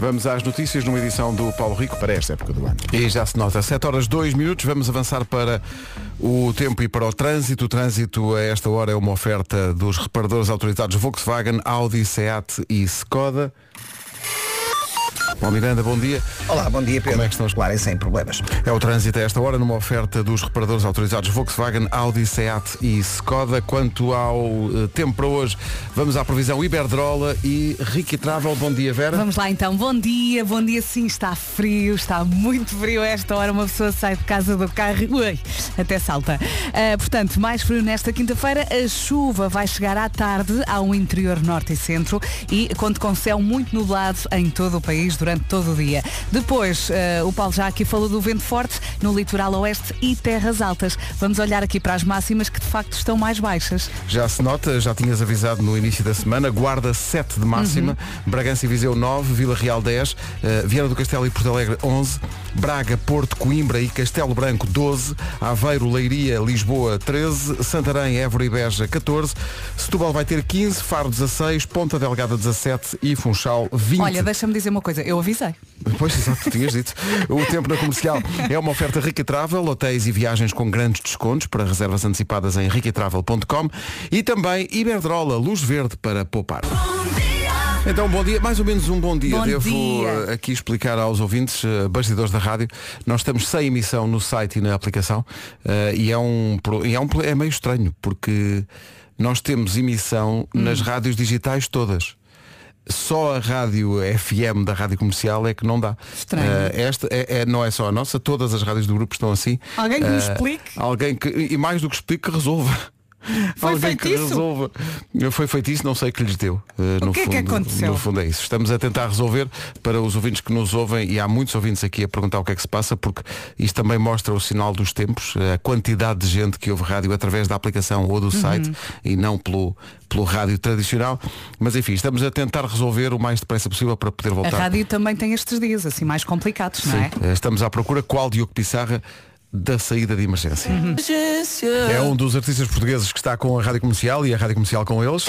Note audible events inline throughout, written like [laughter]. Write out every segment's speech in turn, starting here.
Vamos às notícias numa edição do Paulo Rico para esta época do ano. E já se nota, 7 horas 2 minutos, vamos avançar para o tempo e para o trânsito. O trânsito a esta hora é uma oferta dos reparadores autorizados Volkswagen, Audi, Seat e Skoda. Paulo Miranda, bom dia. Olá, bom dia Pedro. Como é que estão as- Claro, é sem problemas. É o trânsito a esta hora numa oferta dos reparadores autorizados Volkswagen, Audi, Seat e Skoda. Quanto ao eh, tempo para hoje, vamos à previsão Iberdrola e Ricky Travel. Bom dia, Vera. Vamos lá então, bom dia, bom dia sim, está frio, está muito frio a esta hora, uma pessoa sai de casa do carro, ui, até salta. Ah, portanto, mais frio nesta quinta-feira, a chuva vai chegar à tarde ao interior norte e centro e conto com céu muito nublado em todo o país durante todo o dia. Depois, ah, o Paulo já aqui falou do vento forte no litoral oeste e terras altas. Vamos olhar aqui para as máximas que de facto estão mais baixas. Já se nota, já tinhas avisado no início da semana, Guarda 7 de máxima, Bragança e Viseu 9, Vila Real 10, eh, Viana do Castelo e Porto Alegre 11, Braga, Porto, Coimbra e Castelo Branco 12, Aveiro, Leiria, Lisboa 13, Santarém, Évora e Beja 14, Setúbal vai ter 15, Faro 16, Ponta Delgada 17 e Funchal 20. Olha, deixa-me dizer uma coisa, eu avisei. Pois, exato, tinhas dito. O tempo na comercial é uma oferta Rica Travel, hotéis e viagens com grandes descontos para reservas antecipadas em ricatravel.com e também Iberdrola, luz verde para poupar. Então, bom dia, mais ou menos um bom dia. Bom Devo dia. eh, aqui explicar aos ouvintes, eh, bastidores da rádio, nós estamos sem emissão no site e na aplicação eh, e, é um, pro- e é, um, pro- é meio estranho porque nós temos emissão Hum. nas rádios digitais todas. Só a rádio FM da rádio comercial é que não dá. Estranho. Eh, esta é, é- não é só a nossa, todas as rádios do grupo estão assim. Alguém que nos Eh, explique. Alguém que, e mais do que explique, que resolva. Foi alguém que feitiço? resolva. Foi feitiço, não sei o que lhes deu. eh, O no que é que fundo, aconteceu? No fundo é isso. Estamos a tentar resolver para os ouvintes que nos ouvem e há muitos ouvintes aqui a perguntar o que é que se passa, porque isto também mostra o sinal dos tempos, a quantidade de gente que ouve rádio através da aplicação ou do site e não pelo, pelo rádio tradicional. Mas enfim, estamos a tentar resolver o mais depressa possível para poder A voltar. rádio também tem estes dias assim mais complicados, Sim, não é? eh, estamos à procura qual Diogo Pissarra da saída de emergência. Hum. É um dos artistas portugueses que está com a Rádio Comercial e a Rádio Comercial com eles.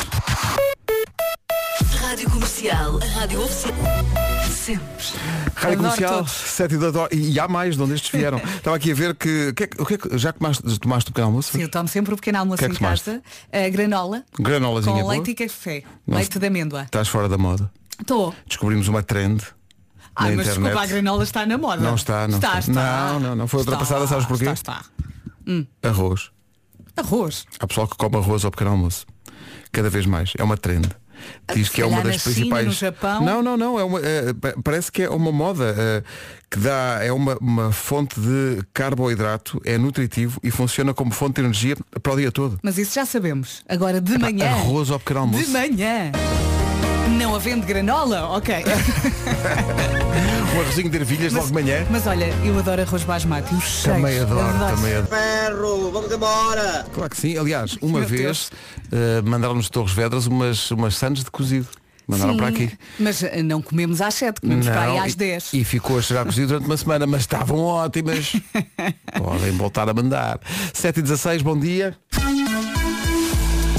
Rádio Comercial, a rádio oficial. Sempre. Rádio Adoro Comercial, todos. 7 e da do- e há mais de onde estes [laughs] vieram. Estava aqui a ver que, o que é que- o que é que- já tomaste, tomaste o pequeno almoço? Sim, eu tomo sempre o pequeno almoço Que é que em casa. eh, granola Granolazinha com boa. leite e café. Não leite se- de amêndoa. Estás fora da moda. Estou. Descobrimos uma trend. na Ah, mas internet. desculpa, a granola está na moda. Não está, não está. está. Não, não, não. Foi Está, ultrapassada, sabes porquê? Está, está. Arroz. Arroz. Há pessoal que come arroz ao pequeno almoço. Cada vez mais. É uma trend. Diz Ah, Se que é uma das calhar na China, principais. no Japão. Não, não, não. É uma, eh, pa- parece que é uma moda eh, que dá. É uma, uma fonte de carboidrato, é nutritivo e funciona como fonte de energia para o dia todo. Mas isso já sabemos. Agora de manhã. Arroz ao pequeno almoço. De manhã. Não havendo granola, [laughs] ok. Um arrozinho de ervilhas logo de manhã. Mas olha, eu adoro arroz basmati. Os cheiros. Também adoro, também adoro. Ferro, vamos embora! Claro que sim. Aliás, uma Meu vez eh, mandaram-nos de Torres Vedras umas, umas sandes de cozido. Mandaram Sim, para aqui. Mas eh, não comemos às 7, comemos para aí às e- 10. E, ficou a cheirar cozido durante uma semana, mas estavam [laughs] ótimas. Podem voltar a mandar. 7 e 16 bom dia.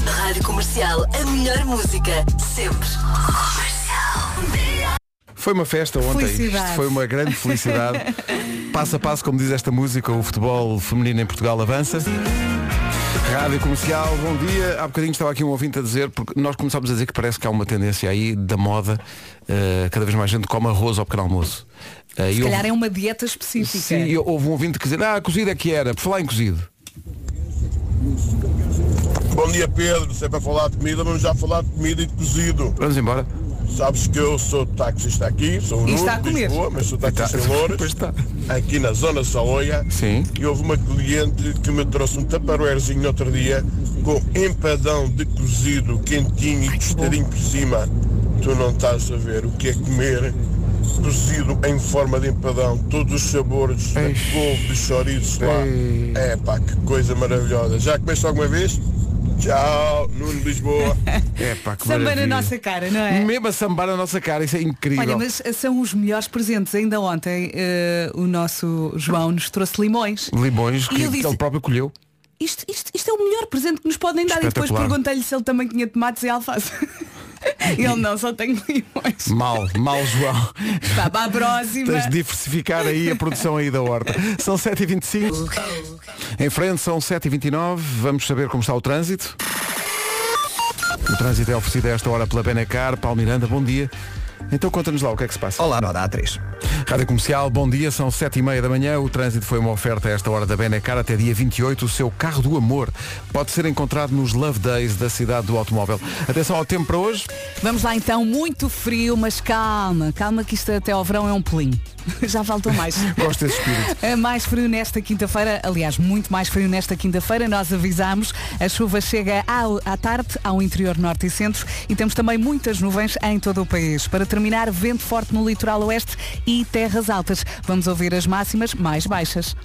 Rádio Comercial, a melhor música. Sempre. Comercial. Foi uma festa ontem. Felicidade. Isto foi uma grande [laughs] felicidade. passo a passo, como diz esta música, o futebol feminino em Portugal avança. Rádio Comercial, bom dia. Há bocadinho estava aqui um ouvinte a dizer, porque nós começámos a dizer que parece que há uma tendência aí da moda, eh, cada vez mais gente come arroz ao pequeno almoço. Eh, e Se calhar houve- é uma dieta específica. Sim, e houve um ouvinte que dizia, ah, cozido é que era, por falar em cozido. Bom dia Pedro, se é para falar de comida, vamos já falar de comida e de cozido. Vamos embora. Sabes que eu sou taxista aqui, sou o E Nuno está a de comer. Lisboa, mas sou taxista [laughs] em Pois Loures, está. aqui na zona Saloia. Sim. E houve uma cliente que me trouxe um taparoeirzinho no outro dia com empadão de cozido, quentinho e tostadinho por cima. Tu não estás a ver o que é comer cozido em forma de empadão, todos os sabores, da Eish. couve, de chouriços lá. É pá, que coisa maravilhosa. Já comeste alguma vez? Tchau, Nuno de [laughs] Lisboa. É pá, que Samba na maravilha. nossa cara, não é? Mesmo a sambar a nossa cara, isso é incrível. Olha, mas são os melhores presentes. Ainda ontem eh, o nosso João nos trouxe limões. Limões E que eu disse- ele próprio colheu. Isto, isto, isto é o melhor presente que nos podem dar. E depois Espetacular. perguntei-lhe se ele também tinha tomates e alface. [laughs] Ele não, só tem limões. Mal, mal, [laughs] João. Vá para a próxima. Tens de diversificar aí a produção aí da horta. São 7h25. Em frente são 7h29. Vamos saber como está o trânsito. O trânsito é oferecido a esta hora pela Benacar. Paulo Miranda, bom dia. Então conta-nos lá o que é que se passa. Olá, Noda A3. Rádio Comercial, bom dia, são 7h30 da manhã. O trânsito foi uma oferta a esta hora da Benacar até dia 28. O seu carro do amor pode ser encontrado nos Love Days da cidade do automóvel. Atenção ao tempo para hoje. Vamos lá então, muito frio, mas calma, calma que isto até ao verão é um pelinho. [laughs] Já faltou mais. Gosto desse espírito. É [laughs] mais frio nesta quinta-feira, aliás, muito mais frio nesta quinta-feira, nós avisamos. A chuva chega ao- à tarde ao interior norte e centro e temos também muitas nuvens em todo o país. Para terminar, vento forte no litoral oeste e terras altas. Vamos ouvir as máximas mais baixas.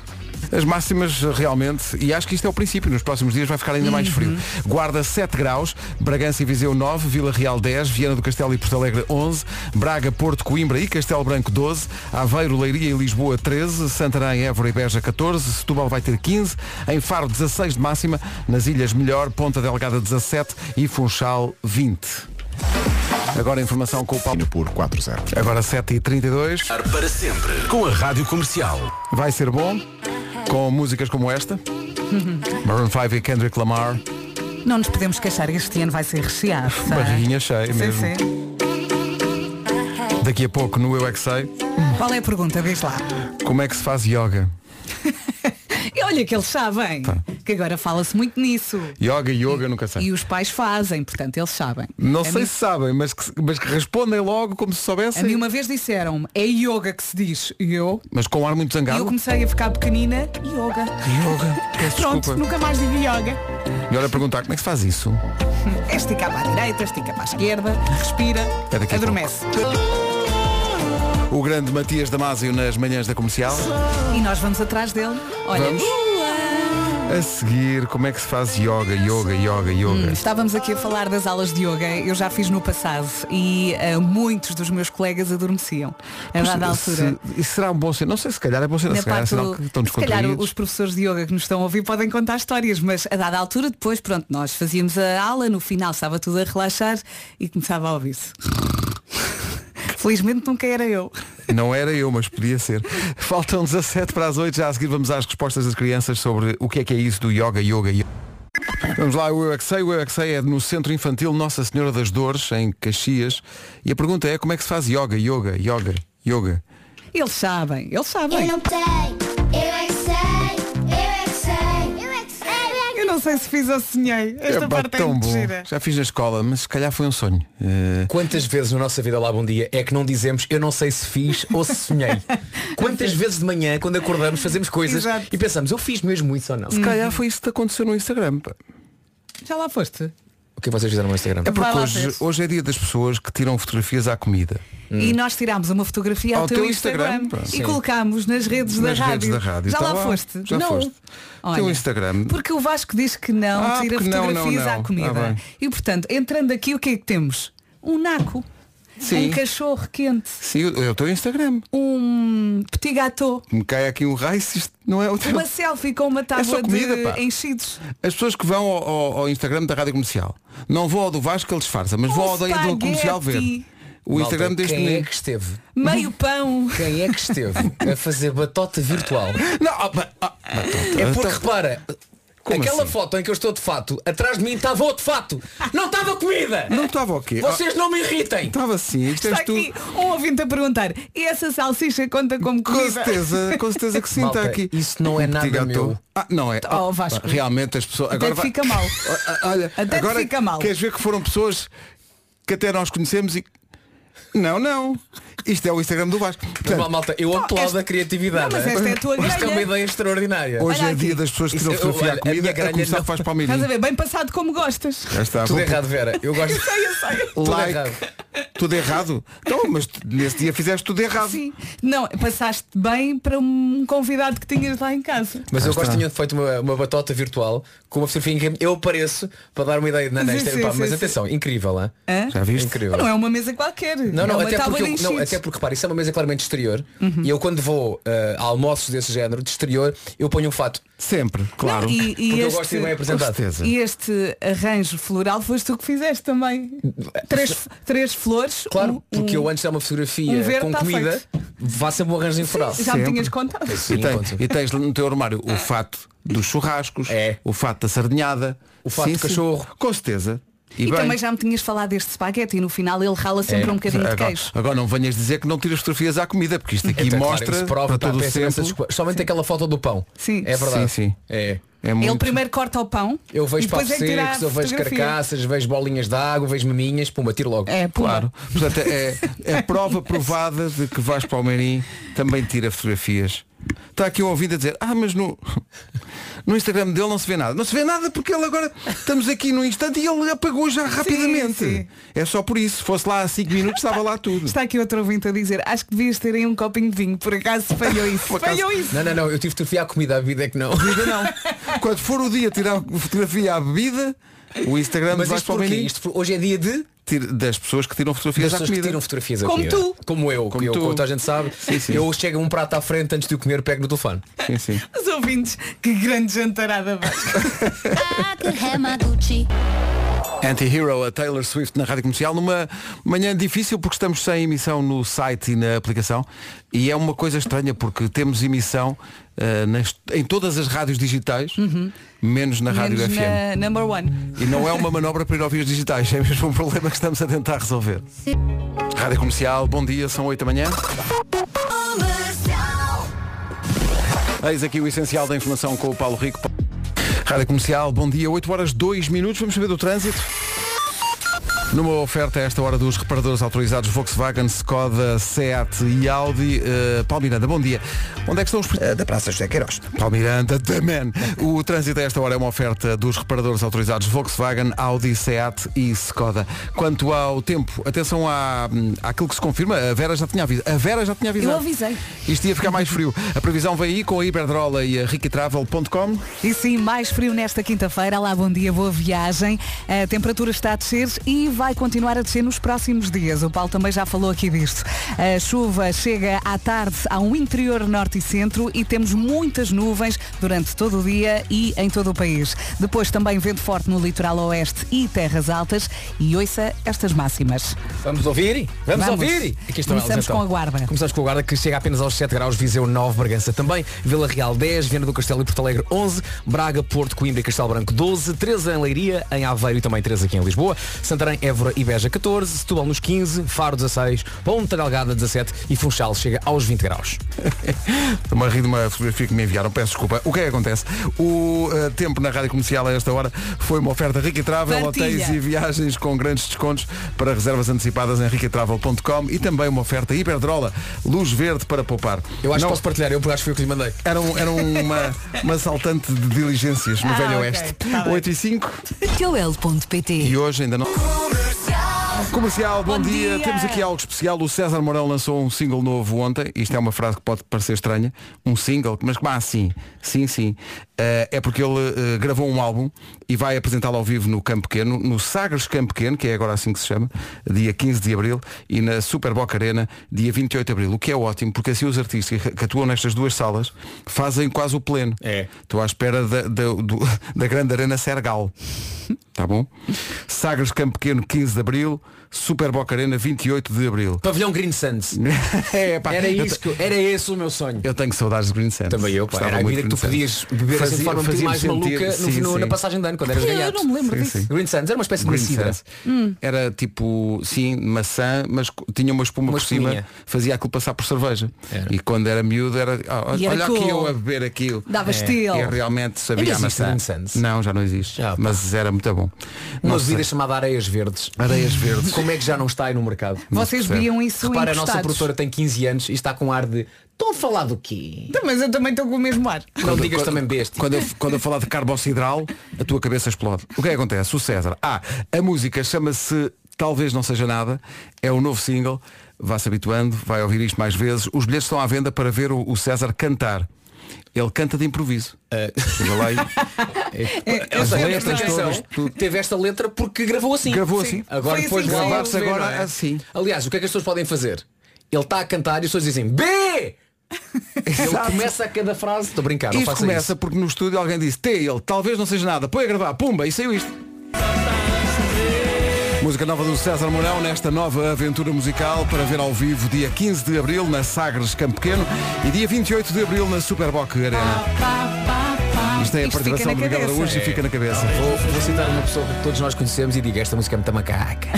As máximas realmente, e acho que isto é o princípio, nos próximos dias vai ficar ainda mais frio. Guarda 7 graus, Bragança e Viseu 9, Vila Real 10, Viana do Castelo e Porto Alegre 11, Braga, Porto, Coimbra e Castelo Branco 12, Aveiro, Leiria e Lisboa 13, Santarém, Évora e Beja 14, Setúbal vai ter 15, em Faro 16 de máxima, nas Ilhas Melhor, Ponta Delgada 17 e Funchal 20. Agora a informação com o Paulo. por 4-0. Agora 7h32, Para sempre com a Rádio Comercial. vai ser bom com músicas como esta. Maroon 5 e Kendrick Lamar. Não nos podemos queixar, este ano vai ser recheado. tá? Barriguinha cheia Sim, mesmo. sim. Daqui a pouco no Eu É Que Sei, Qual é a pergunta? Vês lá. como é que se faz yoga? E olha que eles sabem, Tá. que agora fala-se muito nisso. Yoga, yoga, nunca sei. E é os pais fazem, portanto, eles sabem. Não a sei mim, se sabem, mas que, mas que respondem logo como se A mim soubessem. É uma vez disseram-me, é yoga que se diz. E eu, Mas com um ar muito e eu zangado. comecei a ficar pequenina, yoga. Yoga. Peço Pronto, desculpa. nunca mais digo yoga. E olha perguntar como é que se faz isso. É esticar para a direita, estica para a esquerda, respira, É daqui a adormece. O grande Matias Damasio nas manhãs da comercial. E nós vamos atrás dele. Olha, Vamos. A seguir, como é que se faz yoga, yoga, yoga, yoga. Estávamos aqui a falar das aulas de yoga, eu já fiz no passado e ah, muitos dos meus colegas adormeciam a dada Mas é altura. se- isso será um bom sinal? Não sei se calhar é bom sinal. Na Se calhar, é parte sinal do- que estão se calhar descontraídos. os professores de yoga que nos estão a ouvir podem contar histórias, mas a dada altura depois, pronto, nós fazíamos a aula, no final estava tudo a relaxar e começava a ouvir-se. [laughs] Felizmente nunca era eu. Não era eu, mas podia ser. Faltam 17 para as 8, já a seguir vamos às respostas das crianças sobre o que é que é isso do yoga, yoga, yoga. Vamos lá, o Eu é que sei, o Eu é que sei é no Centro Infantil Nossa Senhora das Dores, em Caxias, e a pergunta é como é que se faz yoga, yoga, yoga, yoga. Eles sabem, eles Eu sabem. não sei, eu é que sei, eu é que sei, eu é que sei. Eu não sei se fiz ou sonhei. Esta Epá, parte é muito gira. Já fiz na escola, mas se calhar foi um sonho. Eh, Quantas vezes na nossa vida lá bom dia é que não dizemos eu não sei se fiz ou se [laughs] sonhei? Quantas vezes de manhã, quando acordamos, fazemos coisas Exato. e pensamos, eu fiz mesmo isso ou não? se calhar foi isso que aconteceu no Instagram. pá. Já lá foste? O que vocês fizeram no Instagram? É Vai porque lá hoje, ver. hoje é dia das pessoas que tiram fotografias à comida. E nós tirámos uma fotografia ao, Hum. Ao teu, teu Instagram, Instagram, pá. e Sim. colocámos nas redes, Nas da, redes rádio. da rádio. Já Tá lá, lá, foste? já não. foste. Teu Instagram. Porque o Vasco diz que não Ah, tira porque não, não, fotografias não. à Ah, comida. bem. e portanto, entrando aqui, o que é que temos? Um naco, Sim. um cachorro quente, Sim, eu- eu estou no Instagram. um petit gâteau, Me cai aqui um raio se isto não é o teu. [coughs] uma selfie com uma É só tábua comida, de pá. enchidos. As pessoas que vão ao, ao- ao Instagram da Rádio Comercial Não vão ao do Vasco que ele disfarça Mas um vão ao da da espaguete, Comercial ver O Malta, Instagram deste quem é menino que esteve? [laughs] Meio pão. Quem é que esteve a fazer batota virtual? Não, ah, pá, ah, É porque Então- repara, Como aquela assim? foto em que eu estou de fato, atrás de mim estava outro fato. Não estava comida! não estava o quê? Ah, Vocês não me irritem! Estava assim, isto Está és tu aqui um ouvinte a perguntar, e essa salsicha conta como Com comida? [laughs] certeza, com certeza que sim, está Malta, aqui isso não é Um petit nada gâteau. meu. Ah, não é Oh, Vasco. Realmente as pessoas Até agora que vai- fica [laughs] mal. Ah, Olha, Até que agora fica mal. Queres ver que foram pessoas que até nós conhecemos e Não, não Isto é o Instagram do Vasco Portanto, Mal- malta, Então, eu aplaudo esta- a criatividade. Não, mas hein? esta é a tua Isto é grelha. uma ideia extraordinária. Hoje Olha é dia aqui. das pessoas que tiram Isso- fotografia à olha, a minha comida A grelha começar não- faz para o Estás a Palmeirinho ver? Bem passado como gostas. [laughs] Já está, Tudo vou- errado, Vera. Eu [laughs] gosto. Eu sei, eu sei. Tudo é Like. errado. Tudo errado? Então, mas tu- nesse dia fizeste tudo errado. Sim. Não, passaste bem para um convidado que tinhas lá em casa. Mas eu está. gosto de tinha feito uma, uma batota virtual com uma fotografia em que eu apareço para dar uma ideia de nanã. Sim, Isto é- sim, pá, sim, mas sim. atenção, incrível, hein? Hã? Já viste? Incrível. Não é uma mesa qualquer. Não, é não, uma até tábua porque, de eu, não, enchidos. até porque repara, isso é uma mesa claramente exterior Uhum. e eu quando vou eh, a almoços desse género, de exterior, eu ponho um fato. Sempre, claro. Não, e, e Porque eu este, gosto de ir bem Com apresentado. certeza. e este arranjo floral foste tu que fizeste também. Três, três flores. Claro, um- porque um- eu antes de dar uma fotografia um verde com tá comida, vá sempre um arranjo em floral. Já me Sempre. tinhas contado. E, Sim, tem- acontece. e tens no teu armário o fato dos churrascos, É. o fato da sardinhada, O fato do cachorro. Com certeza. E, bem, também já me tinhas falado deste espaguete e no final ele rala sempre É. um bocadinho de agora, queijo. agora não venhas dizer que não tiras fotografias à comida, porque isto aqui Então, claro, mostra isso prova, para pá, todo o peço imensa sempre. desculpa. Somente aquela foto do pão. Sim. É verdade. Sim, sim. É. É muito... Ele primeiro corta o pão. Eu vejo e depois papos é que tira a secos, eu vejo fotografia. carcaças, vejo bolinhas de água, vejo maminhas, pumba, tiro logo. É, pumba. Claro. Portanto, é, é prova provada de que Vasco Palmeirim também tira fotografias. Está aqui um ouvido a dizer, ah, mas no, no Instagram dele não se vê nada. Não se vê nada porque ele agora estamos aqui num instante e ele apagou já rapidamente. sim. É só por isso. Se fosse lá há 5 minutos, estava lá tudo. Está aqui outro ouvinte a dizer, acho que devias ter aí um copinho de vinho, por acaso falhou isso. Por acaso- falhou isso. Não, não, não, eu tive de a comida, a vida é que não. Ainda não. Quando for o dia tirar fotografia à bebida, o Instagram de [laughs] Mas Vasco isto porquê? Palmeirim Isto por- hoje é dia de tira- das pessoas que tiram fotografias das à pessoas que comida. tiram fotografias à Como comida. tu. Como eu, Como que eu, tu. como toda a gente sabe, Sim, sim. eu chego um prato à frente antes de o comer, pego no telefone. Sim, sim. Os ouvintes, que grande jantarada vai. Anti-Hero, a Taylor Swift na Rádio Comercial, numa manhã difícil porque estamos sem emissão no site e na aplicação e é uma coisa estranha porque temos emissão ah, nas- em todas as rádios digitais, menos na Rádio Uhum. Menos FM. na number one. E não é uma manobra para ir ouvir os digitais, é mesmo um problema que estamos a tentar resolver. Rádio Comercial, bom dia, são 8 da manhã. Eis aqui o essencial da informação com o Paulo Rico. Rádio Comercial, bom dia, 8 horas 2 minutos, vamos saber do trânsito. Numa oferta a esta hora dos reparadores autorizados Volkswagen, Skoda, Seat e Audi. Uh, Paulo Miranda, bom dia. Onde é que estão os... da Praça José Queiroz. Paulo Miranda, [laughs] the man. O trânsito a esta hora é uma oferta dos reparadores autorizados Volkswagen, Audi, Seat e Skoda. Quanto ao tempo, atenção à, àquilo que se confirma, a Vera já tinha avisado. A Vera já tinha avisado. Eu avisei. Isto ia ficar mais frio. A previsão vem aí com a Iberdrola e a riquitravel.com. E sim, mais frio nesta quinta-feira. Olá, bom dia, boa viagem. A temperatura está a descer e vai continuar a descer nos próximos dias. O Paulo também já falou aqui disto. A chuva chega à tarde ao interior norte e centro e temos muitas nuvens durante todo o dia e em todo o país. Depois também vento forte no litoral oeste e terras altas e ouça estas máximas. Vamos ouvir? Vamos, Vamos. ouvir! Aqui estão Começamos elas, então. com a Guarda. Começamos com a Guarda que chega apenas aos 7 graus, Viseu 9, Bragança também, Vila Real 10, Viana do Castelo e Porto Alegre 11, Braga, Porto, Coimbra e Castelo Branco 12, 13 em Leiria, em Aveiro e também 13 aqui em Lisboa, Santarém, Évora e Beja 14, Setúbal nos 15, Faro 16, Ponta Delgada 17 e Funchal chega aos 20 graus. [laughs] Estou-me a rir de uma fotografia que me enviaram, peço desculpa. O que é que acontece? O eh, tempo na rádio comercial a esta hora foi uma oferta Rica Travel, Partilha. hotéis e viagens com grandes descontos para reservas antecipadas em ricatravel.com e também uma oferta Iberdrola, luz verde para poupar. Eu acho Não, que posso partilhar, eu porque acho que foi o que lhe mandei. era, um- era [laughs] uma, uma assaltante de diligências no Ah, Velho ok. Oeste. Tá bem. 8 e 5 Joel.pt e hoje ainda não. Comercial, bom, Bom dia. dia. Temos aqui algo especial. O César Mourão lançou um single novo ontem. Isto é uma frase que pode parecer estranha. Um single, mas como assim? Sim, sim. Eh, é porque ele eh, gravou um álbum e vai apresentá-lo ao vivo no Campo Pequeno, no Sagres Campo Pequeno, que é agora assim que se chama, dia 15 de Abril, e na Super Boca Arena, dia 28 de Abril. O que é ótimo, porque assim os artistas que- que atuam nestas duas salas fazem quase o pleno. É. Estou à espera da, da, do- [laughs] da grande arena Sergal. Tá bom? [laughs] Sagres Campo Pequeno, 15 de Abril. Super Boca Arena, 28 de Abril. [laughs] Pavilhão Green Sands. [laughs] É, pá, Era, eu, isso, que- era esse o meu sonho. te- eu tenho saudades de Green Sands. Também eu, pá. Gostava Era a muito vida de que tu Green podias Sands. beber assim de Fazia- forma um bocadinho mais fazia-me sentir- maluca no- sim, no- na sim. passagem de ano, quando eras Eu ganhado. não me lembro Sim, disso. sim. Green Sands era uma espécie de uma Green cidra. Sands. Hum. Era tipo, sim, maçã, mas co- tinha uma espuma Uma por cima, espuminha. fazia aquilo passar por cerveja. Era. E quando era miúdo era, ah, olha, E era olha cool. aqui eu a beber aquilo. Dava estilo. E realmente sabia Ainda a existe maçã. Green Sands? Não, já não existe. Já, pá. mas era muito bom. Uma Não sei. bebida chamada Areias Verdes. Areias verdes. Como é que já não está aí no mercado? Vocês percebo. viam isso Repara, a encostados. nossa produtora tem 15 anos e está com um ar de. Estão a falar do quê? Então, Mas eu também estou com o mesmo ar. Não digas também besta. Quando eu, quando eu falar de carbocidral, a tua cabeça explode. O que é que acontece? O César. Ah, a música chama-se Talvez não seja nada. É o novo single. Vá-se habituando, vai ouvir isto mais vezes. Os bilhetes estão à venda para ver o, o César cantar. Ele canta de improviso. Ah. Chega lá e [laughs] As é letras verdade. todas, tu- teve esta letra porque gravou assim. Gravou assim. Agora Foi depois assim que gravar saiu. Agora assim. Aliás, o que é que as pessoas podem fazer? Ele está a cantar e as pessoas dizem B! [laughs] Ele Exato. começa a cada frase. Estou a brincar, Ah, não Isto faça começa porque no estúdio alguém disse T, ele talvez não seja nada, põe a gravar, pumba, e saiu isto. Música nova do César Mourão nesta nova aventura musical para ver ao vivo dia 15 de Abril na Sagres Campo Pequeno e dia 28 de Abril na Superboc Arena. Isto é a participação do Miguel Araújo e fica na cabeça. isso. Vou, vou citar uma pessoa que todos nós conhecemos e digo esta música é muito macaca. [laughs]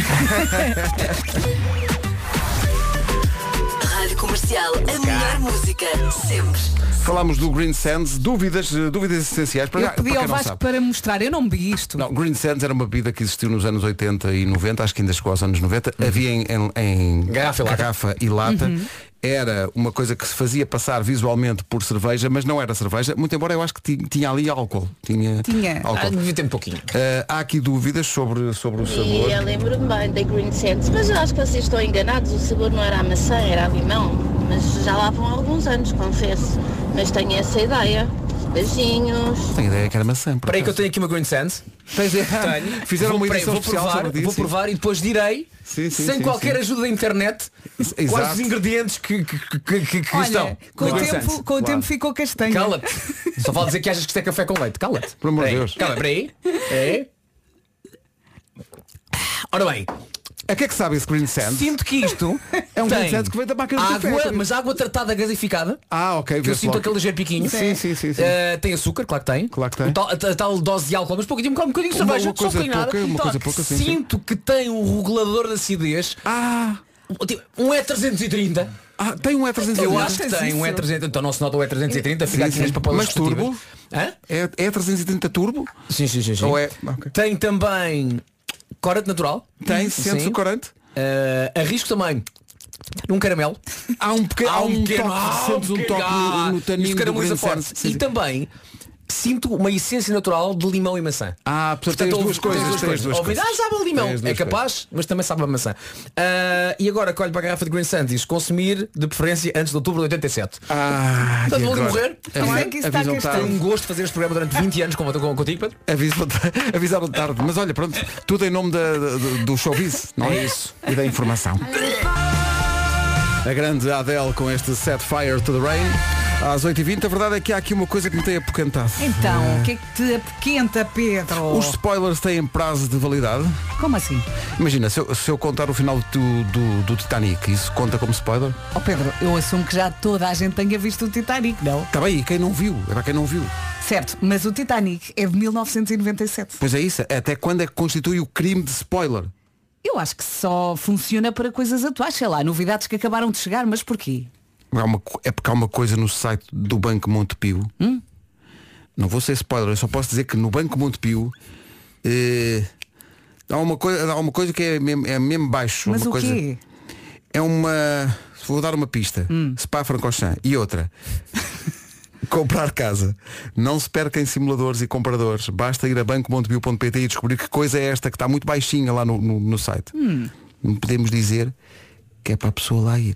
Rádio Comercial, a melhor música, sempre. Falámos do Green Sands, dúvidas, eh, dúvidas essenciais para, Eu para pedi quem ao não Vasco sabe. para mostrar, eu não vi isto. Não, Green Sands era uma bebida que existiu nos anos 80 e 90, acho que ainda chegou aos anos 90. Havia em, em- em Uhum. Garrafa e lata. Uhum. garrafa e lata. Era uma coisa que se fazia passar visualmente por cerveja, mas não era cerveja, muito embora eu acho que ti- tinha, ali álcool. Tinha, Tinha. Ah, álcool. devia ter um pouquinho. Ah, há aqui dúvidas sobre, sobre o sabor. E eu lembro-me bem da Green Sands, mas eu acho que vocês estão enganados, o sabor não era a maçã, era a limão. Mas já lá vão alguns anos, confesso. Mas tenho essa ideia. Beijinhos. Tenho ideia que era maçã. por Espera aí que eu acaso. tenho aqui uma Green Sands. Tens de- é. Fizeram Vou- uma peraí, edição vou especial provar, sobre isso. Vou provar e depois direi, Sim, sim, sem sim, qualquer sim. ajuda da internet, quais Exato. os ingredientes que, que, que, que- que Olha, estão. então, com na o, Green tempo, Sands. com o tempo ficou castanho. Cala-te. Só vale dizer que achas que isto é café com leite. Cala-te. Por amor de Peraí, Deus. Cala, peraí. É. Ora bem, A que é que sabe esse Green Sands? sinto que isto É um tem Green Sands que vem da máquina de água, café. mas água tratada gasificada. Ah, ok. Que eu vê-se sinto logo. aquele ligeiro piquinho. Sim, sim, sim, sim. Eh, tem açúcar, claro que tem. Claro que tem. O tal- a, a tal dose de álcool, mas pouco um bocadinho de Uma- uma cerveja, só um coisa bocadinho nada. pouca, uma Então, coisa pouca, sim, sim. Sinto que tem um regulador de acidez. Ah, Tipo, Um E330. ah, tem um E330. Eu acho que tem um isso? E330. Então não se nota o E330, fica Sim, aqui sim. nas papelas Mas turbo? Hã? É, é 330 turbo? Sim, sim, sim. sim. Ou é- ok. Tem também corante natural. Tem, sente Sim. o corante? Eh, arrisco também num caramelo. Há um pequeno, há um pequeno- toque, há sentes um pequeno- toque ah, no, no tanino isto do caramuza Green forte. Sands. Então, Sim, E sim. também sinto uma essência natural de limão e maçã. Ah, portanto, tem as houve- duas coisas, tem as tem as duas Houve- coisas. Ah, sabe a limão. Tem as duas É capaz, mas também sabe a maçã. Ah, e agora colho para a garrafa de Green Sun diz consumir de preferência antes de outubro de 87. Ah, Portanto, e vou ali agora? Tá. morrer. Avisa- Como é que isso está avisam a questão? Tem um tarde. gosto de fazer este programa durante 20 anos com, com, contigo, Pedro. Avisam, [laughs] avisaram tarde. Mas olha, pronto, tudo em nome da- da- do showbiz, não é? isso. E da informação. A grande Adele com este Set Fire to the Rain. Às 8h20, a verdade é que há aqui uma coisa que me tem apocantado. Então, o que é que te apoquenta, Pedro? Os spoilers têm prazo de validade? Como assim? Imagina, se eu, se eu contar o final do, do, do Titanic, isso conta como spoiler? Ó Oh, Pedro, eu assumo que já toda a gente tenha visto o Titanic, não? Está Tá bem, e quem não viu? É para quem não viu. Certo, mas o Titanic é de 1997. Pois é isso, até quando é que constitui o crime de spoiler? Eu acho que só funciona para coisas atuais, sei lá, novidades que acabaram de chegar, mas porquê? Há uma co- é porque há uma coisa no site do Banco Montepio. Hum? Não vou ser spoiler, eu só posso dizer que no Banco Montepio eh, há, uma coisa, há uma coisa que é mesmo, é mesmo baixo. Mas uma o coisa, quê? É uma. Vou dar uma pista. Hum. Spa Francorchamps. E outra. [laughs] Comprar casa. Não se perca em simuladores e compradores. Basta ir a bancomontebio.pt e descobrir que coisa é esta que está muito baixinha lá no, no, no site. Hum. Não podemos dizer que é para a pessoa lá ir.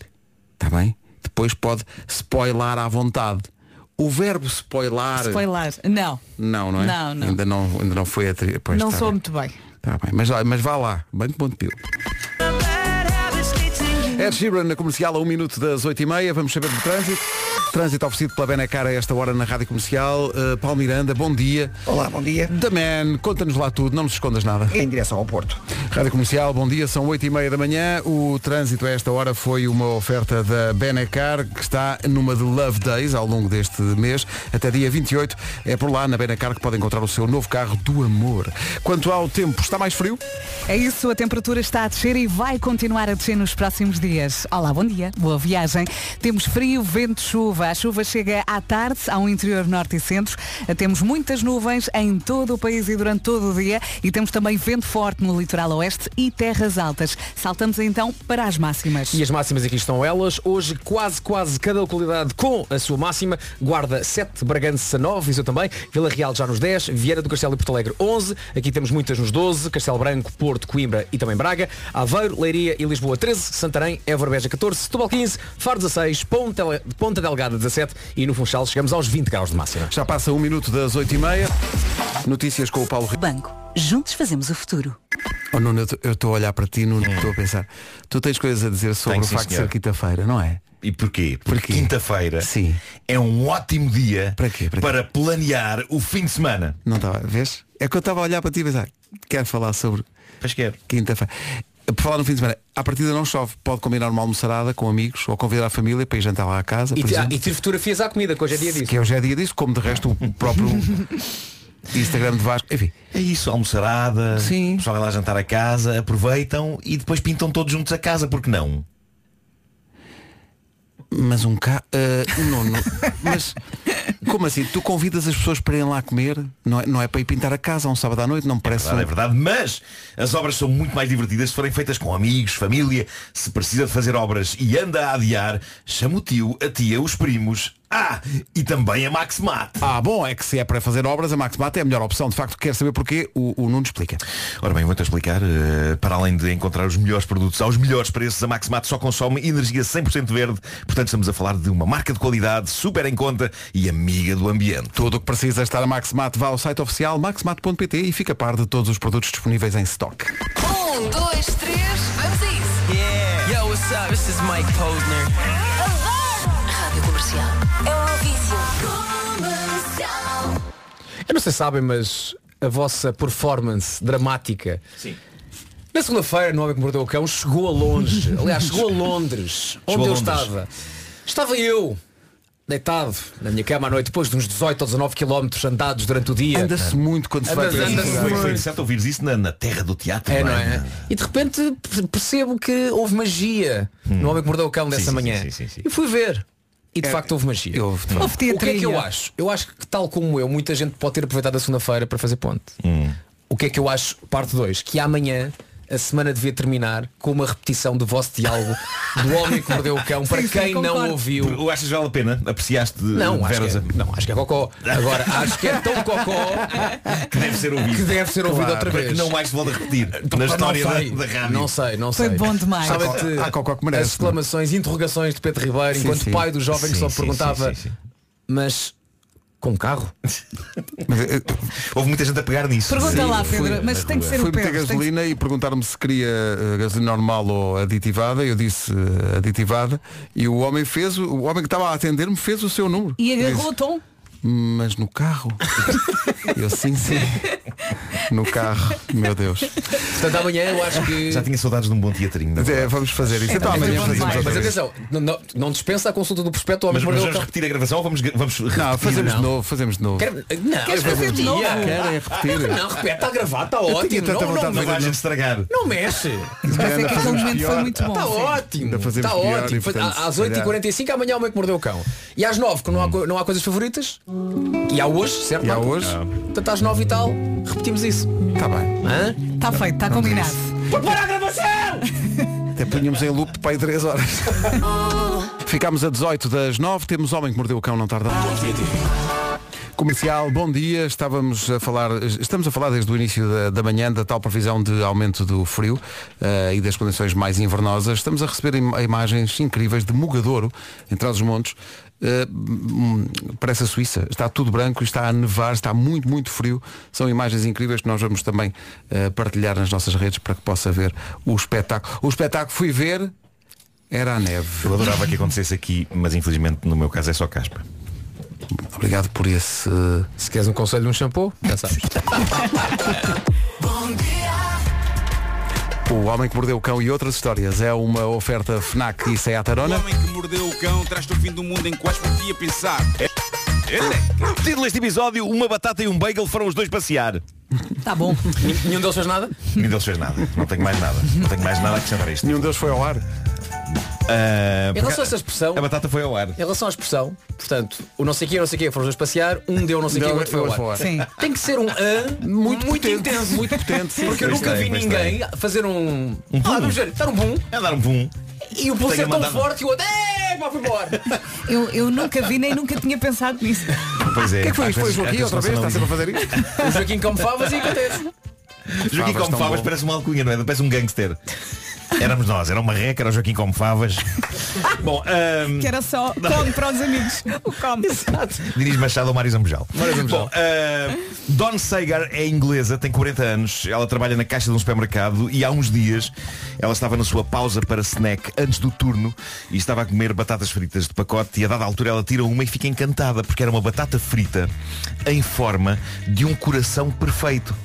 Está bem? Depois pode spoilar à vontade. O verbo spoilar. Spoiler. Não, Não, não é? Não, não. Ainda não, ainda não foi a tri... pois, não está sou bem. muito bem. Tá bem, mas, mas vá lá, banco.pil. Ed Sheeran na comercial a 1 minuto das 8h30, vamos saber do trânsito. Trânsito oferecido pela Benacar a esta hora na rádio comercial. Uh, Paulo Miranda, bom dia. Olá, bom dia. The Man, conta-nos lá tudo, não nos escondas nada. Em direção ao Porto. Rádio Comercial, bom dia, são 8h30 da manhã. O trânsito a esta hora foi uma oferta da Benacar, que está numa de Love Days ao longo deste mês, até dia 28. É por lá, na Benacar, que pode encontrar o seu novo carro do amor. Quanto ao tempo, está mais frio? É isso, a temperatura está a descer e vai continuar a descer nos próximos dias. férias. Olá, bom dia, boa viagem. Temos frio, vento, chuva. A chuva chega à tarde ao interior norte e centro. Temos muitas nuvens em todo o país e durante todo o dia. E temos também vento forte no litoral oeste e terras altas. Saltamos então para as máximas. E as máximas aqui estão elas. Hoje quase, quase cada localidade com a sua máxima. Guarda 7, Bragança 9, isso também. Vila Real já nos 10, Vieira do Castelo e Porto Alegre 11. Aqui temos muitas nos 12. Castelo Branco, Porto, Coimbra e também Braga. Aveiro, Leiria e Lisboa 13. Santarém, Évora Beja 14. Setúbal 15. Faro 16. Ponta, Ponta Delgada 17. E no Funchal chegamos aos 20 graus de máxima. Já passa um minuto das 8h30. Notícias com o Paulo Rico. Banco. Juntos fazemos o futuro. Oh, Nuno, eu t- eu estou a olhar para ti, Nuno, estou a pensar. Tu tens coisas a dizer sobre É. Tenho, o sim, facto de senhor. ser quinta-feira, não é? E porquê? Porque Porquê? quinta-feira Sim. é um ótimo dia Para quê? Para quê? planear o fim de semana. Não estava, vês? É que eu estava a olhar para ti e pensar, quero falar sobre Pois quero. quinta-feira. Por falar no fim de semana, à partida não chove, pode combinar uma almoçarada com amigos ou convidar a família para ir jantar lá à casa, E, por ti- ah, exemplo. e tiro fotografias à comida, que hoje é dia disso. Que hoje é dia disso, como de resto o [laughs] próprio Instagram de Vasco. Enfim, É isso, almoçarada, Sim. o pessoal vai lá jantar a casa, aproveitam e depois pintam todos juntos a casa, porque não? mas um cá. não, [laughs] não. Mas como assim? Tu convidas as pessoas para irem lá comer, não é, não é para ir pintar a casa um sábado à noite, não me parece. Verdade, é verdade, mas as obras são muito mais divertidas se forem feitas com amigos, família. Se precisa de fazer obras e anda a adiar, chama o tio, a tia, os primos. Ah, e também a Max Mat. Ah, bom, é que se é para fazer obras, a Max Mata é a melhor opção. De facto, quer saber porquê? O, o Nuno explica. Ora bem, vou-te explicar. eh, para além de encontrar os melhores produtos aos melhores preços, a Maximat só consome energia 100% verde. Portanto, estamos a falar de uma marca de qualidade, super em conta e amiga do ambiente. Tudo o que precisa estar a Maxmat, vá ao site oficial maxmat.pt e fica a par de todos os produtos disponíveis em stock. Um, dois, três, vamos a isso. Yo, what's up? This is Mike Posner. Rádio Comercial. um É um vício. Comercial. Eu não sei se sabem, mas a vossa performance dramática. Sim. Na segunda-feira, no Homem que Mordeu o Cão, chegou a [laughs] longe. Aliás, chegou a Londres, onde a eu Londres. estava. Estava eu, deitado, na minha cama à noite, depois de uns 18 ou 19 quilómetros andados durante o dia. Anda-se muito quando se vai Anda-se, para Foi, anda-se. isso. foi, foi certo ouvires isso na, na terra do teatro. É, não não é? é? E de repente per- percebo que houve magia no Homem que Mordeu o Cão dessa Hum. sim, manhã. sim, sim, É, sim. E fui ver. E de facto houve magia. Houve, de facto. Houve O que é que eu teatrinho. acho? Eu acho que tal como eu, muita gente pode ter aproveitado a segunda-feira para fazer ponte. O que é que eu acho, parte 2? Que amanhã a semana devia terminar com uma repetição do vosso [laughs] diálogo do homem que mordeu o cão para Sim, sim, quem não concordo. ouviu. Tu achas que vale a pena? Apreciaste Não, acho que Veras, é, não, acho que é cocó. Agora, acho que é tão cocó que deve ser é. [laughs] que ouvido. deve ser ouvido outra Para vez. que não mais se volte a [laughs] repetir Pá, na não história da, sei. da rádio. Não sei, não Foi sei. bom demais. Gostava Há de- co- há cocó que merece, as exclamações, interrogações de Pedro Ribeiro, Sim, enquanto sim. pai do jovem que Sim, só sim, perguntava, sim, sim, sim. mas com um carro? Mas, eh, Houve muita gente a pegar nisso. Pergunta Sim, lá, fui Pedro, na mas tem que rua. ser Fui o meter Pedro. tem que- gasolina e perguntaram-me se queria eh, gasolina normal ou aditivada. Eu disse eh, aditivada e o homem fez, o o homem que estava a atender-me fez o seu número. E Eu agarrou o tom. disse, Mas no [laughs] carro? eu sim, sim. No carro, meu Deus. Portanto, amanhã eu acho que. Já tinha saudades de um bom teatrinho. na É, verdade. vamos fazer isso. Então também amanhã vamos fazemos mais. outra Mas vez. atenção, não, não- não dispensa a consulta do prospecto ao homem Mas, que mordeu mas o vamos cão. repetir a gravação ou vamos, vamos repetir? então. Não, fazemos de Não. novo, fazemos de novo. Quero- Não, Queres eu fazer de novo? repetia. Quero é repetir. Não, repete, está gravado, está tinha ótimo. tanta Não, não, vontade Não de não, ver. vais estragar. não mexe. Mas é que aquele fazemos momento foi pior. muito bom. Está Sim. Tá ótimo. Ainda fazemos Está pior e, ótimo. portanto, Às se 8h45 amanhã é o homem que mordeu o cão. E às 9 que não há, co- não há coisas favoritas. Hum. E há hoje, certo? E há Marco? Ah. hoje? Portanto, às 9 e tal, repetimos isso. Está Tá bem. Hã? Está Tá feito, está combinado. Prepara a gravação! Até punhamos em loop para aí 3 horas. Ficámos a 18 das 9, temos Homem que Mordeu o Cão, não tarda. Comercial, bom dia. Estávamos a falar, estamos a falar desde o início da, da manhã da tal previsão de aumento do frio eh, e das condições mais invernosas. Estamos a receber im- imagens incríveis de Mugadouro, entre os montes. Eh, hum, parece a Suíça, está tudo branco, está a nevar, está muito, muito frio. São imagens incríveis que nós vamos também eh, partilhar nas nossas redes para que possa ver o espetáculo. O espetáculo fui ver era a neve. Eu adorava que acontecesse aqui, mas infelizmente no meu caso é só caspa. Obrigado por esse. Se queres um conselho de um shampoo, já sabes. O Homem que Mordeu o Cão e outras histórias é uma oferta FNAC e Seat Arona. que mordeu o cão traz-te o fim do mundo em que quase podia pensar. É, É, [laughs] Título deste episódio, uma batata e um bagel foram os dois passear. Está Tá bom. Nenhum deles fez nada? Nenhum deles fez nada. Não tenho mais nada. Não tenho mais nada a acrescentar a isto. Nenhum deles foi ao ar. Ah, Em relação a essa expressão. A batata foi ao ar. É Em relação à expressão, portanto, o não sei quê, não sei quê, foram os dois passear, um deu não sei quê, o Não, outro foi eu ao vou ar. falar. Sim. Tem que ser um a muito, intenso. Muito potente, é. sim. [laughs] Porque eu Pois nunca tem, vi pois ninguém fazer um. Um Ah, pum. vamos ver, dar um boom. É dar um boom. E o boom Tenho ser tão mandado- forte e o outro. "É, pá, foi embora. Eu, eu nunca vi nem nunca tinha pensado nisso. Pois é. O que é que foi às isto? Foi o vezes- Joaquim às outra vez? Está vezes sempre a não fazer isto? O Joaquim come favas e acontece. são Joaquim Favas Como tão Favas bom. parece uma alcunha, não é? Parece um gangster. Éramos nós, era uma reca, era o Joaquim Como Favas. Bom, ahm, Que era só come para os amigos. O [laughs] come. Dinis Machado ou Mário Zambujal. Mário Zambujal. Bom, eh, Dawn Sagar é inglesa, tem 40 anos, ela trabalha na caixa de um supermercado e há uns dias ela estava na sua pausa para snack antes do turno e estava a comer batatas fritas de pacote e a dada altura ela tira uma e fica encantada porque era uma batata frita em forma de um coração perfeito.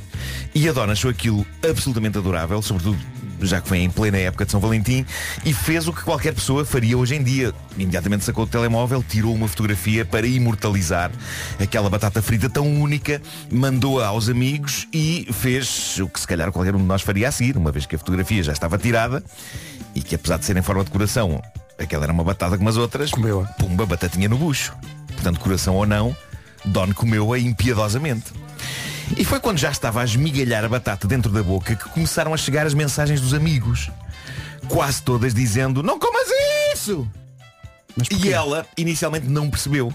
E a Dona achou aquilo absolutamente adorável, sobretudo já que foi em plena época de São Valentim, e fez o que qualquer pessoa faria hoje em dia. Imediatamente sacou o telemóvel, tirou uma fotografia para imortalizar aquela batata frita tão única, mandou-a aos amigos e fez o que se calhar qualquer um de nós faria a seguir, uma vez que a fotografia já estava tirada e que apesar de ser em forma de coração, aquela era uma batata como as outras, Comeu-a. pumba, batatinha no bucho. Portanto, coração ou não, Don comeu-a impiedosamente. E foi quando já estava a esmigalhar a batata dentro da boca que começaram a chegar as mensagens dos amigos. Quase todas dizendo, não comas isso! e ela inicialmente não percebeu.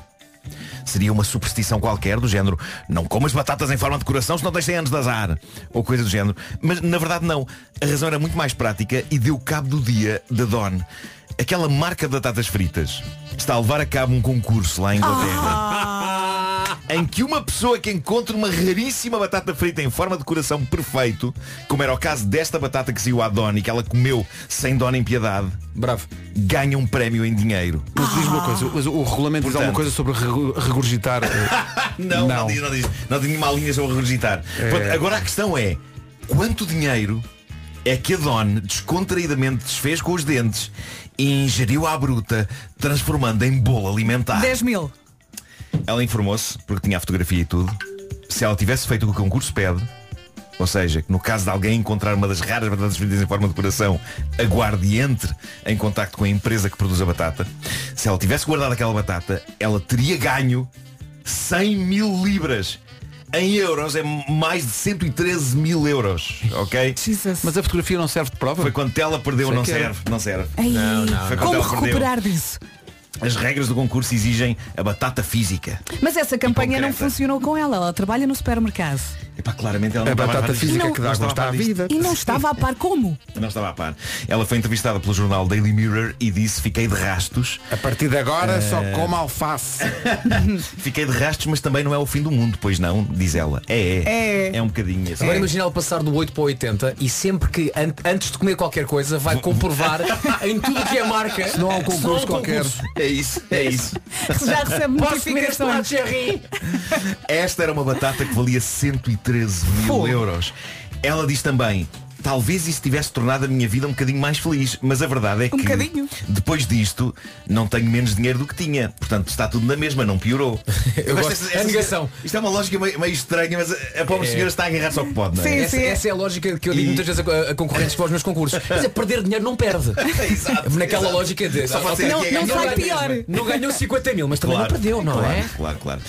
Seria uma superstição qualquer do género Não comas batatas em forma de coração senão tens 100 anos de azar Ou coisa do género Mas na verdade não A razão era muito mais prática e deu cabo do dia da Don Aquela marca de batatas fritas Está a levar a cabo um concurso lá em Inglaterra Em que uma pessoa que encontra uma raríssima batata frita em forma de coração perfeito Como era o caso desta batata que saiu à Don E que ela comeu sem dona em piedade Bravo. Ganha um prémio em dinheiro Mas diz uma coisa, mas o regulamento diz alguma Portanto. coisa sobre regu- regurgitar. eh, Não, não, Não. diz, não diz. Não tem nenhuma linha sobre regurgitar. Portanto, agora a questão é, quanto dinheiro é que a Don descontraídamente desfez com os dentes e ingeriu à bruta, transformando em bolo alimentar? 10 mil. Ela informou-se, porque tinha a fotografia e tudo, se ela tivesse feito o que o concurso pede, ou seja, que no caso de alguém encontrar uma das raras batatas fritas em forma de coração, aguarde e entre em contacto com a empresa que produz a batata, se ela tivesse guardado aquela batata, ela teria ganho 100 mil libras. Em euros é mais de 113 mil euros, ok? Jesus. Mas a fotografia não serve de prova? Foi quando ela perdeu, Sei não é que era. serve, não serve. Ai, Foi quando como ela perdeu. recuperar disso? As regras do concurso exigem a batata física. Mas essa campanha não concreta. funcionou com ela. Ela trabalha no supermercado. Epá, claramente ela não A estava É batata par disto. física Não- que dá estava gosto à par disto. vida. E não estava a par como? Não estava a par. Ela foi entrevistada pelo jornal Daily Mirror e disse fiquei de rastos. A partir de agora só coma alface. Fiquei de rastos, mas também não é o fim do mundo, pois não, diz ela. É, é. É, um bocadinho assim. Agora imagina ele passar do 8 para o 80 e sempre que an- antes de comer qualquer coisa vai comprovar em tudo que é marca. Se não há um concurso qualquer. É isso, é isso. Já recebe Posso comer notificações. este prato, Jerry? Esta era uma batata que valia 113 mil euros. Ela diz também, talvez isso tivesse tornado a minha vida um bocadinho mais feliz, mas a verdade é que Um bocadinho. depois disto não tenho menos dinheiro do que tinha. Portanto, está tudo na mesma, não piorou. [laughs] Eu gosto. desta- É esta- negação. Isto é uma lógica meio, meio estranha, mas eh, a, a pobre É. senhora está a agarrar só o que pode, não é? Sim, Essa, essa é a lógica que eu digo E- muitas vezes a, a concorrentes para os meus concursos. Mas é perder dinheiro não perde. Exato, Naquela exato. lógica de Só pode ok, ser Não, que é não ganhar sai na mesma. pior. não ganhou 50 mil, mas também não perdeu, não claro, é? Claro, claro.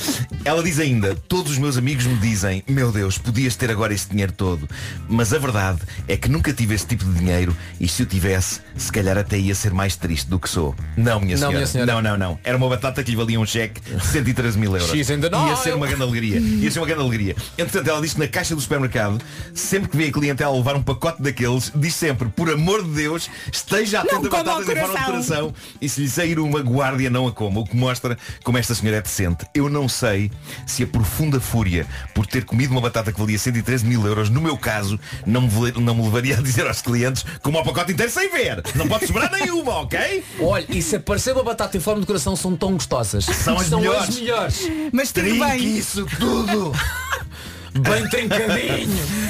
Ela diz ainda, todos os meus amigos me dizem, meu Deus, podias ter agora esse dinheiro todo. Mas a verdade é que nunca tive esse tipo de dinheiro e se eu tivesse, se calhar até ia ser mais triste do que sou. Não, minha Não, senhora. minha senhora. Não, não, não. Era uma batata que lhe valia um cheque [laughs] de 113 mil euros. She's in the Ia know. ser uma grande alegria. Ia ser uma grande alegria. Entretanto, ela diz que na caixa do supermercado, sempre que vê a clientela levar um pacote daqueles, diz sempre, por amor de Deus, esteja atento a coma ao batatas em forma de coração. coração atenção, e se lhe sair uma guardia não a coma, o que mostra como esta senhora é decente. Eu não sei se a profunda fúria por ter comido uma batata que valia 113 mil euros, no meu caso, não me, vale- não me levaria a dizer aos clientes como ao pacote inteiro sem ver. Não pode sobrar nenhuma, ok? Olha, e se aparecer uma batata em forma de coração são tão gostosas. São as melhores. melhores. Mas tudo Trinque bem. isso tudo. Bem trincadinho.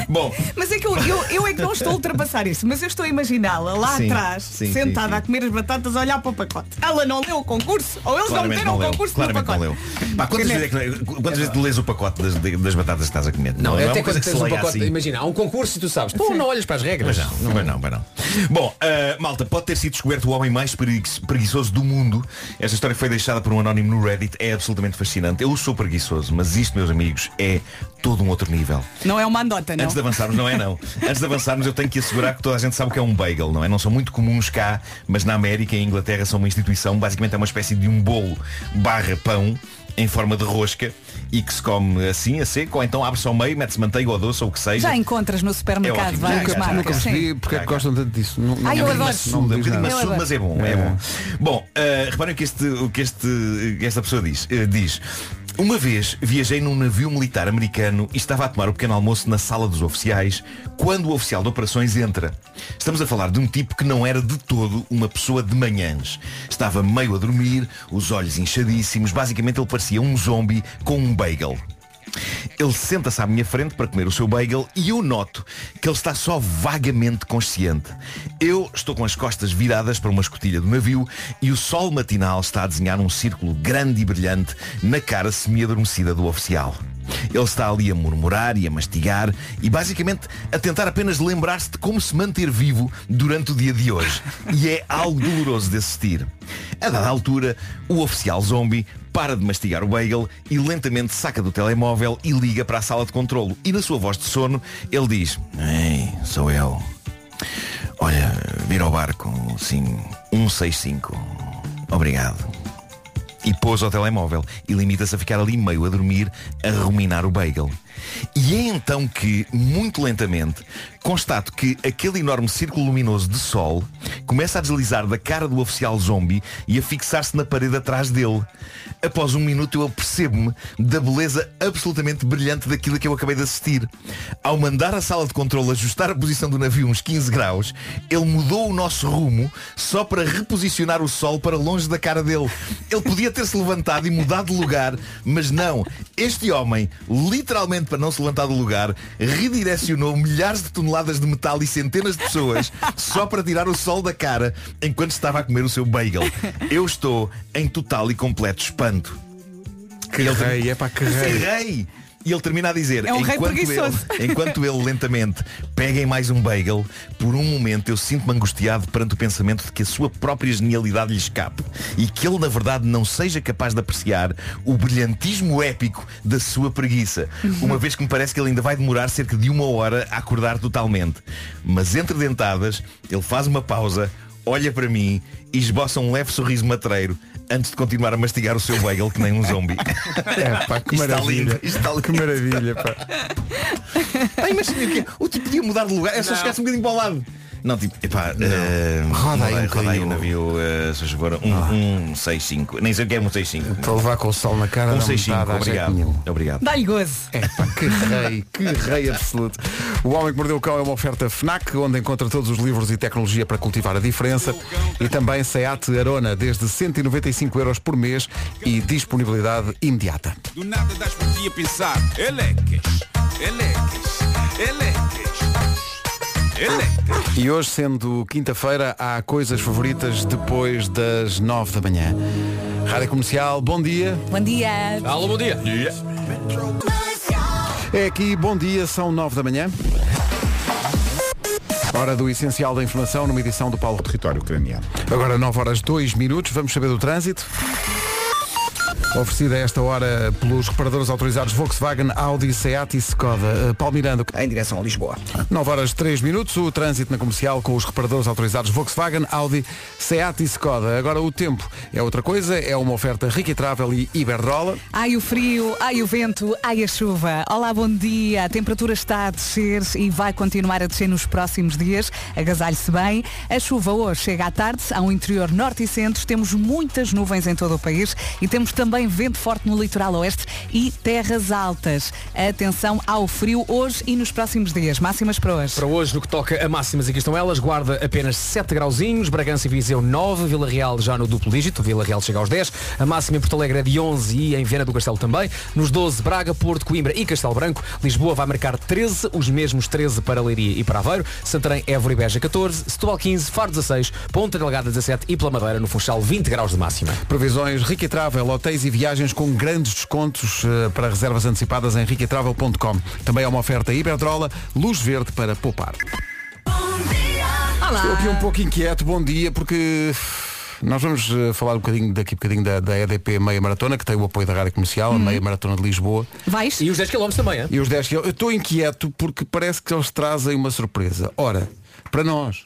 Bom, Mas é que eu, eu, eu é que não estou a ultrapassar isso, mas eu estou a imaginá-la lá Sim, atrás, sim, sentada sim, sim. a comer as batatas, a olhar para o pacote. Ela não leu o concurso, ou eles claramente não meteram o não leu. concurso no Claramente não pacote. leu. Pá, quantas vezes, é que, quantas vezes tu lês o pacote das, das batatas que estás a comer? Não, é até uma quando coisa que tens se um leia pacote, assim. imagina, há um concurso e tu sabes. Tu não olhas para as regras. Mas não, não, mas não, mas não. Bom, ah, malta, pode ter sido descoberto o homem mais pregui- preguiçoso do mundo. Esta história foi deixada por um anónimo no Reddit. É absolutamente fascinante. Eu sou preguiçoso, mas isto, meus amigos, é todo um outro nível. Não é uma andota, não. Antes de avançarmos, não é não. Antes de avançarmos, eu tenho que assegurar que toda a gente sabe o que é um bagel, não é? Não são muito comuns cá, mas na América e em Inglaterra são uma instituição, basicamente é uma espécie de um bolo barra pão em forma de rosca e que se come assim, a seco, ou então abre-se ao meio, mete-se manteiga ou doce ou o que seja. Já encontras no É supermercado ótimo. várias Nunca- marcas. nunca sim. percebi porque é que gostam tanto disso. Não, não, Ai, eu não- adoro. É um bocadinho maçudo, é um bocadinho Eu maçudo, adoro. mas é bom, é, bom. Bom, eh, reparem o que este, o que este, eh, esta pessoa diz. Eh, diz, uma vez viajei num navio militar americano e estava a tomar o pequeno almoço na sala dos oficiais quando o oficial de operações entra. Estamos a falar de um tipo que não era de todo uma pessoa de manhãs. Estava meio a dormir, os olhos inchadíssimos, basicamente ele parecia um zombie com um bagel. Ele senta-se à minha frente para comer o seu bagel e eu noto que ele está só vagamente consciente. Eu estou com as costas viradas para uma escotilha do navio e o sol matinal está a desenhar um círculo grande e brilhante na cara semi-adormecida do oficial. Ele está ali a murmurar e a mastigar e basicamente a tentar apenas lembrar-se de como se manter vivo durante o dia de hoje. E é algo doloroso de assistir. A dada altura, o oficial zombie para de mastigar o bagel e lentamente saca do telemóvel e liga para a sala de controlo. E na sua voz de sono, ele diz Ei, sou eu. Olha, vira o barco, sim, 165. Obrigado. E pôs ao telemóvel e limita-se a ficar ali meio a dormir, a ruminar o bagel. E é então que, muito lentamente, constato que aquele enorme círculo luminoso de sol começa a deslizar da cara do oficial zombie e a fixar-se na parede atrás dele. Após um minuto eu apercebo-me da beleza absolutamente brilhante daquilo que eu acabei de assistir. Ao mandar a sala de controle ajustar a posição do navio uns 15 graus, ele mudou o nosso rumo só para reposicionar o sol para longe da cara dele. Ele podia ter-se levantado e mudado de lugar, mas não. Este homem, literalmente para não se levantar do lugar, redirecionou milhares de toneladas de metal e centenas de pessoas só para tirar o sol da cara enquanto estava a comer o seu bagel. Eu estou em total e completo espanto. Que rei, é para que rei. rei. E ele termina a dizer, É um rei enquanto, preguiçoso. ele, [laughs] enquanto ele lentamente pega em mais um bagel, por um momento eu sinto-me angustiado perante o pensamento de que a sua própria genialidade lhe escape e que ele na verdade não seja capaz de apreciar o brilhantismo épico da sua preguiça, Uhum. uma vez que me parece que ele ainda vai demorar cerca de uma hora a acordar totalmente. Mas entre dentadas, ele faz uma pausa, olha para mim e esboça um leve sorriso matreiro antes de continuar a mastigar o seu bagel que nem um [laughs] zombi. É, pá, que Isto está maravilha. lindo, isto está Que maravilha, pá. Pá, imagina o quê? O tipo podia mudar de lugar, é só Não. chegar-se um bocadinho para o lado. Não, tipo, epá, eh, Roda aí um roda aí bocadinho. o navio, eh, se faz favor, Ah. um, um 65. Nem sei o que é um 65. Para levar com o sol na cara, Um dá 65, metade, é dá jeito nenhum. obrigado. Obrigado. Dá-lhe gozo. É pá, que rei, que rei absoluto. O Homem que Mordeu o Cão é uma oferta FNAC, onde encontra todos os livros e tecnologia para cultivar a diferença. E também Seat Arona, desde 195 euros por mês e disponibilidade imediata. Do nada das por ti a pensar. Elecas, elecas, elecas, elecas. E hoje, sendo quinta-feira, há coisas favoritas depois das 9 da manhã. Rádio Comercial, bom dia. Bom dia. Alô, bom dia. É aqui, bom dia, são 9 da manhã. Hora do essencial da informação numa edição do Paulo Território Ucraniano. Agora 9 horas 2 minutos, vamos saber do trânsito. Oferecida a esta hora pelos reparadores autorizados Volkswagen, Audi, Seat e Skoda. Uh, Paulo Miranda. Em direção a Lisboa. 9 horas 3 minutos, o trânsito na comercial com os reparadores autorizados Volkswagen, Audi, Seat e Skoda. Agora o tempo é outra coisa, é uma oferta Riquitravel e Iberdrola. Ai o frio, ai o vento, ai a chuva. Olá, bom dia. A temperatura está a descer e vai continuar a descer nos próximos dias. Agasalhe-se bem. A um chuva hoje chega à tarde ao interior norte e centro. Temos muitas nuvens em todo o país e temos também também vento forte no litoral oeste e terras altas. Atenção ao frio hoje e nos próximos dias. Máximas para hoje. Para hoje, no que toca a máximas, aqui estão elas. Guarda apenas 7 grauzinhos, Bragança e Viseu 9, Vila Real já no duplo dígito, Vila Real chega aos 10, a máxima em Porto Alegre é de 11 e em Viana do Castelo também. Nos 12, Braga, Porto, Coimbra e Castelo Branco. Lisboa vai marcar 13, os mesmos 13 para Leiria e para Aveiro. Santarém, Évora e Beja 14, Setúbal 15, Faro 16, Ponta Delgada 17 e pela Madeira no Funchal 20 graus de máxima. Previsões Rica Travel, hotéis e viagens com grandes descontos eh, para reservas antecipadas em ricatravel.com. Também há uma oferta Iberdrola, luz verde para poupar. Estou aqui um pouco inquieto, bom dia, porque nós vamos eh, falar um bocadinho daqui a bocadinho da, da EDP Meia Maratona, que tem o apoio da Rádio Comercial, a Meia Maratona de Lisboa. Vais? E os 10 km também, é? E os 10 km. Eu estou inquieto porque parece que eles trazem uma surpresa. Ora, para nós,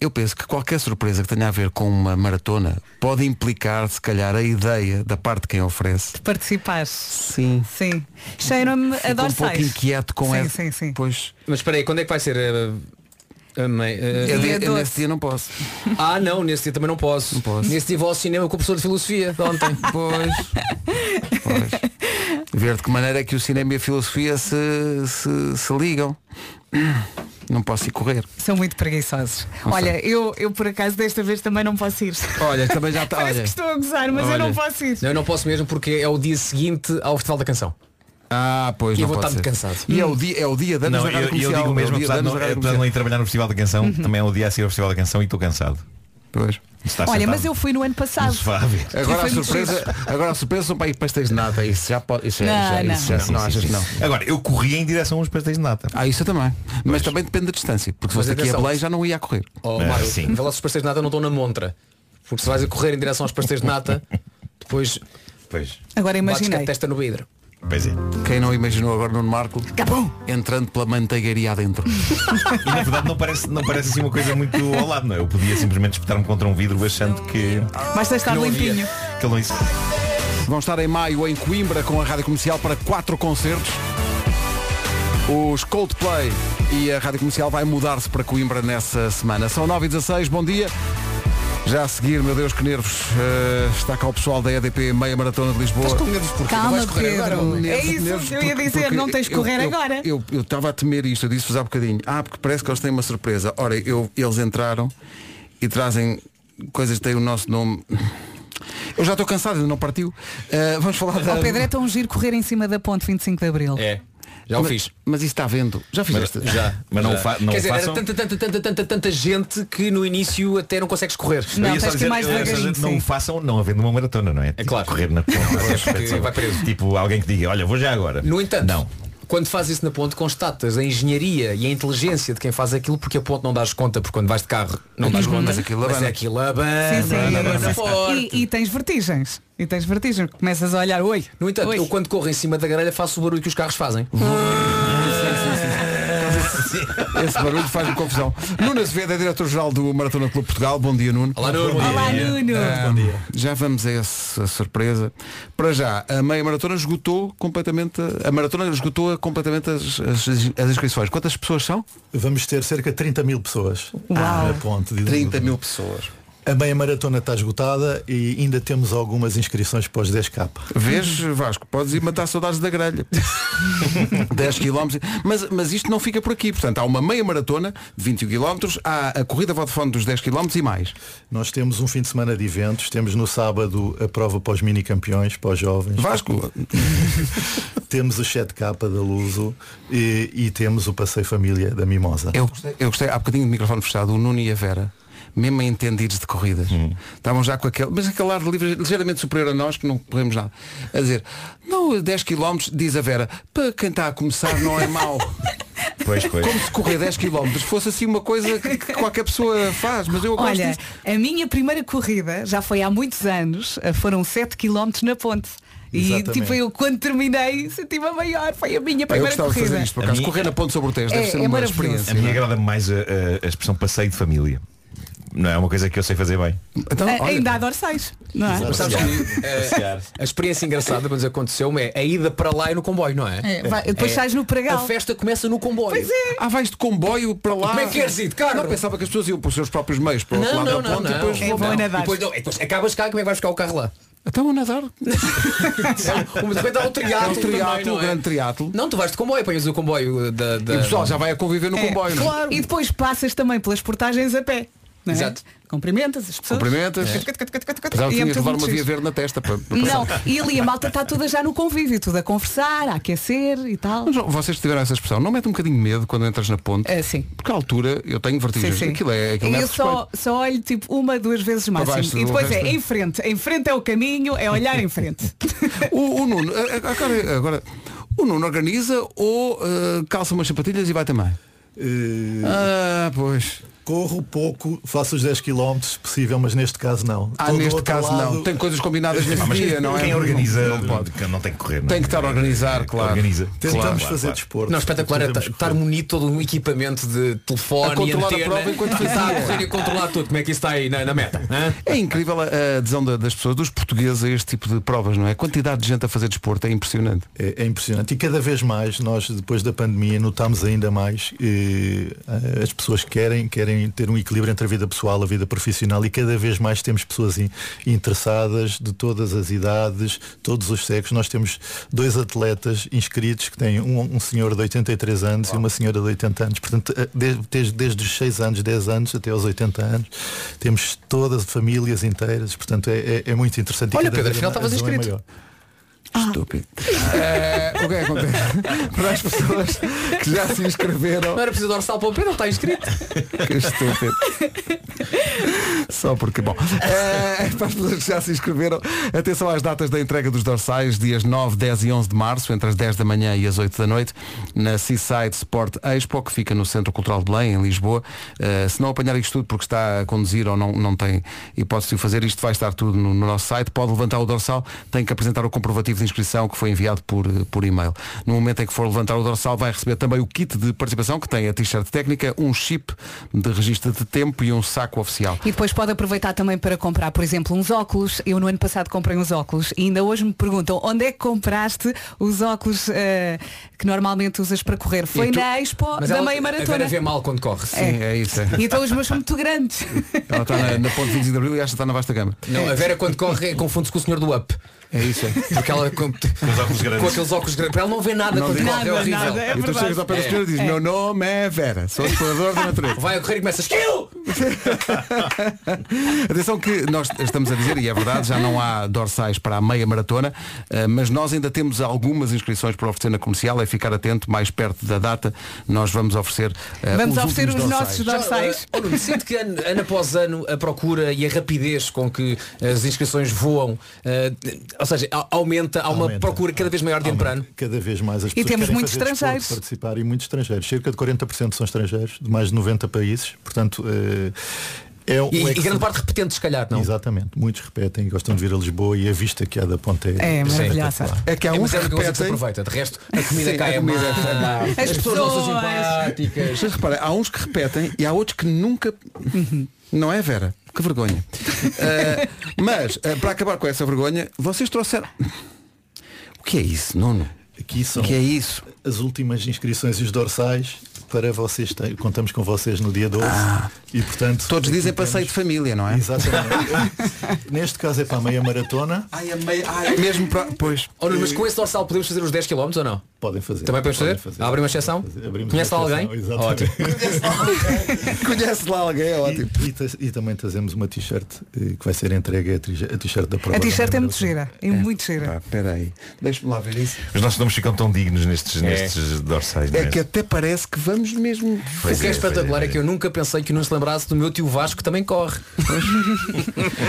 eu penso que qualquer surpresa que tenha a ver com uma maratona pode implicar, se calhar, a ideia da parte de quem oferece. Participar. Sim. Sim. Cheira-me a Estou um pouco dorsais. inquieto com Sim, essa. sim, sim. Pois. Mas espera aí, quando é que vai ser? eh, a mei- eh, Eu, eu- eu é nesse dia não posso. Ah não, nesse dia também não posso. Nesse dia vou ao cinema com o professor de filosofia de [laughs] ontem. pois. Ver de que maneira é que o cinema e a filosofia se, se, se ligam. Não posso ir correr. São muito preguiçosos. Não Olha, eu, eu por acaso desta vez também não posso ir. Olha, [laughs] também já está. Parece que estou a gozar, mas eu não posso ir. Eu não posso mesmo porque é o dia seguinte ao Festival da Canção. Ah, pois E eu não vou pode estar muito ser. cansado. E é o dia, é o dia de anos Não, da eu, Rádio eu Comercial, digo é mesmo, o dia de apesar de anos não, da Rádio apesar de não Comercial. Uhum. ir trabalhar no Festival da Canção, também é um dia a ser ao Festival da Canção e estou cansado. Pois. tá Olha, mas eu fui no ano passado. Agora a, Foi muito surpresa, giro. agora a surpresa são para ir pastéis de nata. Isso já pode. Isso, é- Não, já, não. isso já- Sim, não sim, achas sim, que não. sim. Agora, eu corri em direção aos pastéis de nata. Ah, isso eu também. Mas também depende da distância. Porque se Mas fosse aqui a atenção. Belém já não ia a correr. Oh, Ah, Mário, sim. vê lá se os pastéis de nata não estão na montra. Porque se vais a correr em direção aos pastéis de nata, depois Pois. Agora bates com a imaginei. testa no vidro. Pois é. Quem não imaginou agora Nuno Marco Capum! entrando pela manteigaria adentro. E na verdade não parece, não parece assim uma coisa muito ao lado, não é? Eu podia simplesmente espetar-me contra um vidro achando que. Basta estar que não havia- limpinho. Que não existe. Vão estar em maio em Coimbra com a Rádio Comercial para quatro concertos. Os Coldplay e a Rádio Comercial vai mudar-se para Coimbra nessa semana. São 9 e 16 bom dia. Já a seguir, meu Deus, que nervos, eh, está cá o pessoal da EDP Meia Maratona de Lisboa. Calma, Pedro. Nervos, É nervos, isso que eu ia porque- dizer, porque não tens de correr eu- eu- agora. Eu eu estava a temer isto, eu disse-vos há bocadinho. Ah, porque parece que eles têm uma surpresa. Ora, eu- eles entraram e trazem coisas que têm o nosso nome. Eu já estou cansado, ainda não partiu. Eh, vamos falar da. O Pedro é tão giro correr em cima da ponte 25 de Abril. Hum. É. Já o Mas- fiz. Mas isso está vendo. Já fizeste? Já. Mas não, já. fa não Quer dizer, façam. era tanta, tanta, tanta, tanta, tanta gente que no início até não consegues correr. Não, Eu ia só tens que ir mais eu ia só devagarinho, não sim. o façam não havendo uma maratona, não é? Tipo, claro. Correr na ponta. porque vai preso. Tipo alguém que diga, olha, vou já agora. No entanto, Não. quando fazes isso na ponte, constatas a engenharia e a inteligência de quem faz aquilo, porque a ponte não dás conta, porque quando vais de carro não dás conta. Uhum. Mas aquilo abana. é aquilo abana, Sim, sim. abana Sim, sim. forte. E, e tens vertigens. E tens vertigens. Começas a olhar, oi. No entanto, oi. eu quando corro em cima da grelha faço o barulho que os carros fazem. Uhum. Esse barulho faz-me confusão. Nuno Azevedo é diretor-geral do Maratona Clube Portugal. Bom dia, Nuno. Olá, Nuno. Olá, Nuno. Ah. Já vamos a essa surpresa. Para já, a meia maratona esgotou completamente. A maratona esgotou completamente as, as- as inscrições. Quantas pessoas são? Vamos ter cerca de 30 mil pessoas Uau. na ponte. de- 30 mil pessoas. A meia maratona está esgotada e ainda temos algumas inscrições para os 10K. Vês, Vasco, podes ir matar saudades da [laughs] grelha. 10 km. Mas, mas isto não fica por aqui. Portanto, há uma meia maratona de 21 km, há a corrida Vodafone dos 10 km e mais. Nós temos um fim de semana de eventos, temos no sábado a prova para os mini campeões, para os jovens, Vasco, temos o 7K da Luso e, e temos o passeio família da Mimosa. Eu gostei, eu gostei, há bocadinho de microfone fechado, o Nuno e a Vera, mesmo a entendidos de corridas, Hum. estavam já com aquele, mas aquele ar livre ligeiramente superior a nós, que não corremos nada, a dizer, não, 10 km, diz a Vera, para quem está a começar não é [laughs] mau. Pois, pois. Como se correr 10 km fosse assim uma coisa que, que qualquer pessoa faz, mas eu gosto Olha, disso. a minha primeira corrida já foi há muitos anos, eh, foram 7 km na ponte. E Exatamente. tipo, eu quando terminei senti-me a maior, foi a minha Pá, eu primeira gostava de corrida. fazer isto, por A acaso, mim- correr na ponte sobre o Tejo, deve É- ser é uma maravilhoso. A experiência. mim agrada-me mais a, a- a expressão passeio de família. Não é uma coisa que eu sei fazer bem. Então, A- olha, Ainda há dorsais, não é? Mas sabes que eh, Passear. a experiência engraçada quando nos aconteceu é a ida para lá e no comboio, não é? É, vai- depois sais no pregal. A festa começa no comboio. Pois é. Ah, vais de comboio para lá. Como é que queres ir? De carro? Não pensava que as pessoas iam para os seus próprios meios, para o outro Não, lado não, da não, ponte e não. depois É, vão vou não. nadar. E Depois, não, e depois acabas cá, como é que vais buscar o carro lá? Então a nadar. Depois dá [laughs] o triatlo. Tá. É o triatlo, também, o grande triatlo. Não, tu vais de comboio, apanhas o comboio da. da... E o pessoal já vai a conviver no É, comboio, não é? E depois passas também pelas portagens a pé. não é? Exato. Cumprimentas as pessoas. Cumprimentas. É. Já E é tinha que tudo levar muito uma via giro. verde na testa para, para Não, passar. e ali a malta está toda já no convívio, tudo a conversar, a aquecer e tal. Mas, João, vocês tiveram essa expressão, não mete um bocadinho de medo quando entras na ponte? É, sim. Porque à altura eu tenho vertigens. Sim, sim. Aquilo é aquilo e mete eu só, só olho tipo uma, duas vezes máximo. baixo, e o depois resto- é em frente. Em frente é o caminho, é olhar em frente. respeito. o, o Nuno, a- a- agora, agora, o Nuno organiza ou eh, calça umas sapatilhas e vai também? Ah, pois. Corro pouco, faço os 10 km se possível, mas neste caso não. Ah, Todo neste outro caso lado- não. Tem coisas [laughs] combinadas nesse Ah, mas dia, não é? quem organiza Não pode. não tem que correr. não é? Tem que estar a organizar, claro. Organiza. Tentamos Claro, fazer claro, claro. desporto. Não, espetacular é ta- estar munido todo um equipamento de telefone A controlar a e antena. prova enquanto [laughs] fazia. Está a correr e a controlar tudo. Como é que isso está aí na, na meta? hã? É incrível a a adesão da- das pessoas, dos portugueses a este tipo de provas, não é? A quantidade de gente a fazer desporto é impressionante. É, é impressionante. E cada vez mais, nós depois da pandemia, notamos ainda mais eh, as pessoas que querem, querem ter um equilíbrio entre a vida pessoal e a vida profissional e cada vez mais temos pessoas in- interessadas de todas as idades, todos os sexos. Nós temos dois atletas inscritos que têm um, um senhor de 83 anos e uma senhora de 80 anos. Portanto, eh, de- desde, desde os 6 anos, 10 anos até aos 80 anos, temos todas famílias inteiras. Portanto, é, é- é muito interessante. E Olha, cada Pedro, vez afinal a estavas adesão é inscrito. maior. Estúpido. Eh, o que é que acontece? Para as pessoas que já se inscreveram. Não era preciso dorsal para o Pedro, está inscrito. Que estúpido. Só porque, bom. Eh, para as pessoas que já se inscreveram, atenção às datas da entrega dos dorsais, dias 9, 10 e 11 de março, entre as 10 da manhã e as 8 da noite, na Seaside Sport Expo, que fica no Centro Cultural de Belém, em Lisboa. Eh, se não apanhar isto tudo porque está a conduzir ou não, não tem hipótese de o fazer, isto vai estar tudo no, no nosso site. Pode levantar o dorsal, tem que apresentar o comprovativo de inscrição que foi enviado por, eh, por e-mail. No momento em que for levantar o dorsal, vai receber também o kit de participação, que tem a t-shirt técnica, um chip de registro de tempo e um saco oficial. [laughs] E depois pode aproveitar também para comprar, por exemplo, uns óculos. Eu no ano passado comprei uns óculos e ainda hoje me perguntam onde é que compraste os óculos eh, que normalmente usas para correr. Foi E tu- na Expo Mas da ela- meia A Vera maratona. vê mal quando corre. Sim, é isso. é. E então os meus são muito grandes. [laughs] Ela está na, na ponte 25 de Abril e acha que está na vasta gama. Não, a Vera quando corre confunde-se com o senhor do up. É isso, é. Porque ela com, com aqueles óculos grandes. Ela não vê nada Não quando vê corre, é nada, horrível. nada, é e tu chegas então ao pé da É. senhora e dizes, meu nome é Vera, sou explorador da natureza. [laughs] Vai a correr e começas. Kill! Atenção que nós estamos a dizer, e é verdade, já não há dorsais para a meia maratona, eh, mas nós ainda temos algumas inscrições para oferecer na comercial, é ficar atento, mais perto da data, nós vamos oferecer eh, Vamos os oferecer últimos os dorsais. nossos dorsais. Oh, Nuno, sinto que ano, ano após ano a procura e a rapidez com que as inscrições voam, eh, ou seja, a- aumenta, há uma Aumenta. procura cada vez maior de ano para ano. Cada vez mais as pessoas temos querem muitos fazer desporto, estrangeiros. participar e muitos estrangeiros. Cerca de 40% são estrangeiros, de mais de 90 países. Portanto, eh, é um E, e excellente- grande parte repetente, se calhar, não? Exatamente. Muitos repetem, gostam de vir a Lisboa e a vista que há da ponte É, espetacular. maravilhosa. É que há É, uns mas que é a única coisa que se repetem, aproveita. De resto, a comida Sim, cá a é comida má, é má. As, As pessoas não são pessoas. simpáticas. Mas repara, há uns que repetem e há outros que nunca. Não é, Vera? Que [laughs] vergonha. Eh, mas, eh, para acabar com essa vergonha, vocês trouxeram. O que é isso, Nuno? Aqui O são que é isso? as últimas inscrições e os dorsais para vocês. Tem, contamos com vocês no dia 12. E, portanto, Ah. Todos aqui dizem temos- passeio de família, não é? [laughs] Exatamente. Neste caso é para a meia maratona. Ai, amei, ai. Mesmo para. Pois. Oh, Nuno, mas com esse dorsal podemos fazer os 10 km ou não? Podem fazer. Também podemos podem fazer? Abre uma exceção? Abrimos Conhece uma alguém? exceção, Ótimo. Exatamente. Conhece lá alguém, é ótimo. E, e tra- e também trazemos uma t-shirt eh, que vai ser entregue a tri- a t-shirt da prova. A t-shirt da é Maratona. muito gira. É muito gira. Ah, espera aí. Deixa-me lá ver isso. Os nossos nomes ficam tão dignos nestes, nestes dorsais. não É que até parece que vamos mesmo. O que é espetacular é que eu nunca pensei que não se lembrasse do meu tio Vasco que também corre.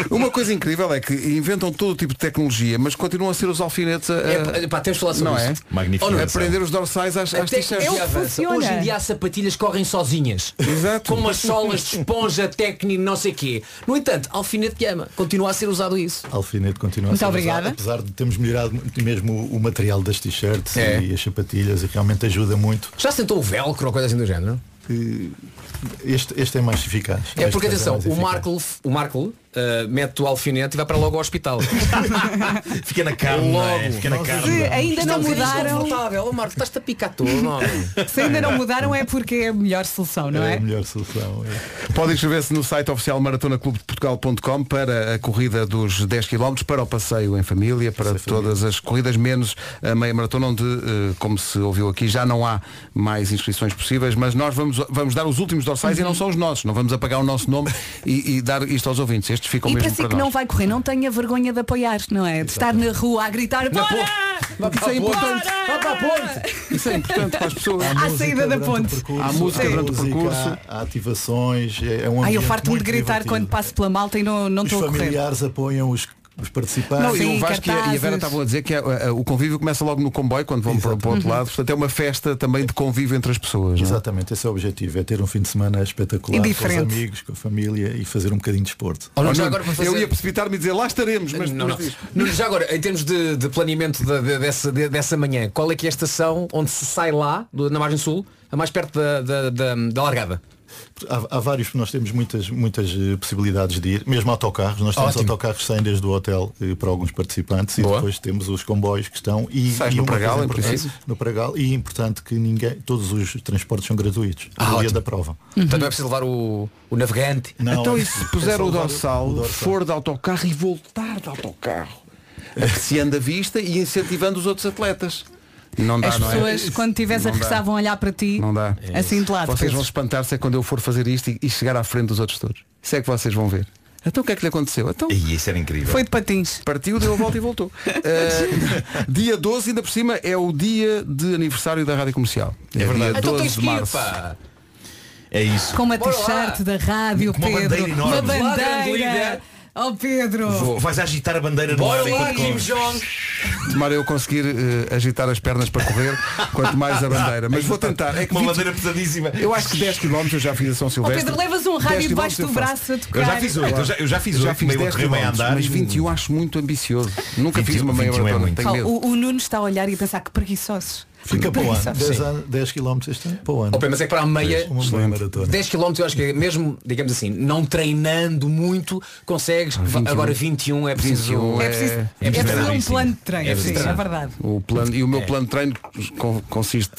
Uma coisa incrível é que inventam todo o tipo de tecnologia, mas continuam a ser os alfinetes a. É, pá, temos de falar sobre não isso. é? Magnífico. Oh, não, A prender os dorsais às, às Até é um- que t-shirts. eu- já avança. funciona. Hoje em dia as sapatilhas correm sozinhas. Exato. Com umas solas de esponja, técnico, não sei quê. No entanto, alfinete de ama. Continua a ser usado isso. Alfinete continua Muito a ser obrigada. usado, apesar de termos melhorado muito mesmo o- o material das t-shirts É. e as sapatilhas e realmente é ajuda muito Já sentou o velcro ou coisa assim do género? Eh, este, este é mais eficaz É porque, Este atenção, mais o eficaz. Marco, o Marco eh, mete o alfinete e vai para logo ao [laughs] hospital. Fica na carne, Logo. não é? Fica na carne. Se ainda não Estamos mudaram. desconfortável. Oh, Marco, estás-te a picar todo, homem. Se ainda não mudaram é porque é a melhor solução, não é? a melhor solução. É Podem inscrever-se no site oficial maratonaclubedeportugal.com para a corrida dos 10 km, para o passeio em família, para todas as corridas, menos a meia maratona, onde, eh, como se ouviu aqui, já não há mais inscrições possíveis, mas nós vamos, vamos dar os últimos dorsais e não só os nossos. Não vamos apagar o nosso nome e, e dar isto aos ouvintes. Estes ficam E para mesmo si para que nós. não vai correr, não tenha vergonha de apoiar, não é? De estar na rua a gritar, Na bora! ponte. Isso é importante. Bora! Isso é importante para as pessoas. À saída da ponte. Há música durante o percurso. Há, há ativações, é é um Ai, eu ambiente farto-me de muito gritar divertido. quando passo pela malta e não não Os estou a correr. familiares apoiam os, os participantes. Não, e o Vasco e a- e a Vera estavam a dizer que a- a- o convívio começa logo no comboio quando vão para, para o outro Uhum. lado. Portanto, é uma festa também de convívio entre as pessoas. não é? Exatamente, esse é o objetivo, é ter um fim de semana espetacular E com os diferente. amigos, com a família e fazer um bocadinho de desporto. Olha, já Nuno, agora para fazer- Eu ia precipitar-me e dizer lá estaremos, mas Não, não. depois diz. Nuno, já agora, em termos de, de planeamento da- de- dessa, de- dessa manhã, qual é que é a estação onde se sai lá, do- na margem sul, a mais perto da, da, da, da largada? Há, há vários, porque nós temos muitas, muitas eh, possibilidades de ir, mesmo autocarros, nós temos Ótimo. autocarros que saem desde o hotel eh, para alguns participantes Boa. e depois temos os comboios que estão e, Sais é e no uma Pragal, coisa em importante- princípio. no Pragal e importante que ninguém, todos os transportes são gratuitos Ah, no dia ótimo. da prova. Portanto, não é preciso levar o, o navegante. então é e se puser o dorsal, for de autocarro e voltar de autocarro? [laughs] Apreciando a vista e incentivando os outros atletas. Não dá, As não é? pessoas, quando tivesse Não a dá. regressar, vão olhar para ti. Não dá. Assim de lado. Vocês Pedro. vão espantar-se é quando eu for fazer isto e, e chegar à frente dos outros todos. Isso é que vocês vão ver. Então o que é que lhe aconteceu? Então, E isso era incrível. Foi de patins. Partiu, deu a volta e [laughs] voltou. Uh, dia 12, ainda por cima, é o dia de aniversário da Rádio Comercial. É, dia Então 12 de março. É isso. Com uma Bora lá. t-shirt da rádio, Com uma Pedro. bandeira enorme. Uma Lá grande bandeira. líder. Oh Pedro. Vou- Vais agitar a bandeira no ar enquanto corres. Tomara eu conseguir eh, agitar as pernas para correr, quanto mais a bandeira. Mas vou tentar. É que Uma 20 bandeira pesadíssima. Eu acho que 10 km eu já fiz a São Silvestre. Pedro, levas um 10 rádio km debaixo eu do faço. Ah, então braço a tocar. Eu já fiz oito, eu já- eu já fiz oito, meio a 10 correr, meio a km, andar Mas e- 21 acho muito ambicioso. Nunca fiz uma meia 21 é maratona. muito. Tenho Oh, medo. o, o Nuno está a olhar e a pensar que preguiçosos. Fica é? para o ano, Preguiçosos. 10, a- 10 km este ano, para o ano. Oh, pera, mas é que para a meia, Uma meia maratona. 10 km eu acho que é mesmo, digamos assim, não treinando muito, Ah, consegues. Va- um. Agora 21 é preciso. 21 É preciso, é, É preciso preciso um treinar. plano de treino, É sim, preciso é treinar. verdade. O plano, e o meu É. plano de treino co- consiste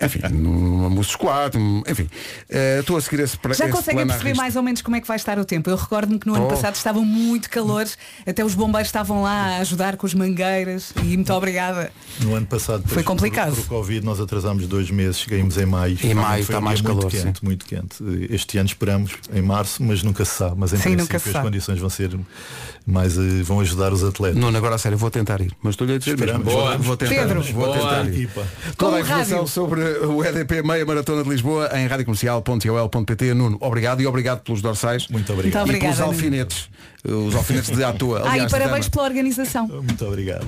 enfim, numa muscular, num- enfim. Eh, Estou a seguir esse, pra, Já esse conseguem plano à perceber risca. mais ou menos como é que vai estar o tempo? Eu recordo-me que no ano Oh. passado estava muito calor, até os bombeiros estavam lá a ajudar com as mangueiras e muito obrigada. No ano passado depois, Foi complicado. Por, por Covid nós atrasámos dois meses, chegámos em maio. Em maio Foi está tá um mais dia calor, Muito quente, muito quente. Este ano esperamos em março, mas nunca se sabe. Mas em Sim, nunca princípio se Ah. as sabe. condições vão ser mais eh, vão ajudar os atletas. Nuno, agora a sério, vou tentar ir. Mas estou-lhe a dizer mesmo. Esperamos. Vou, Boa. vou tentar, Pedro. vou Boa. tentar ir. Equipa. Toda Com a informação rádio. sobre o EDP Meia Maratona de Lisboa em radiocomercial.ol.pt Nuno, obrigado e obrigado pelos dorsais. Muito obrigado. Muito E pelos obrigada, Nuno. alfinetes. Os alfinetes de à toa. ah, e Aliás, parabéns Susana, pela organização. Muito obrigado.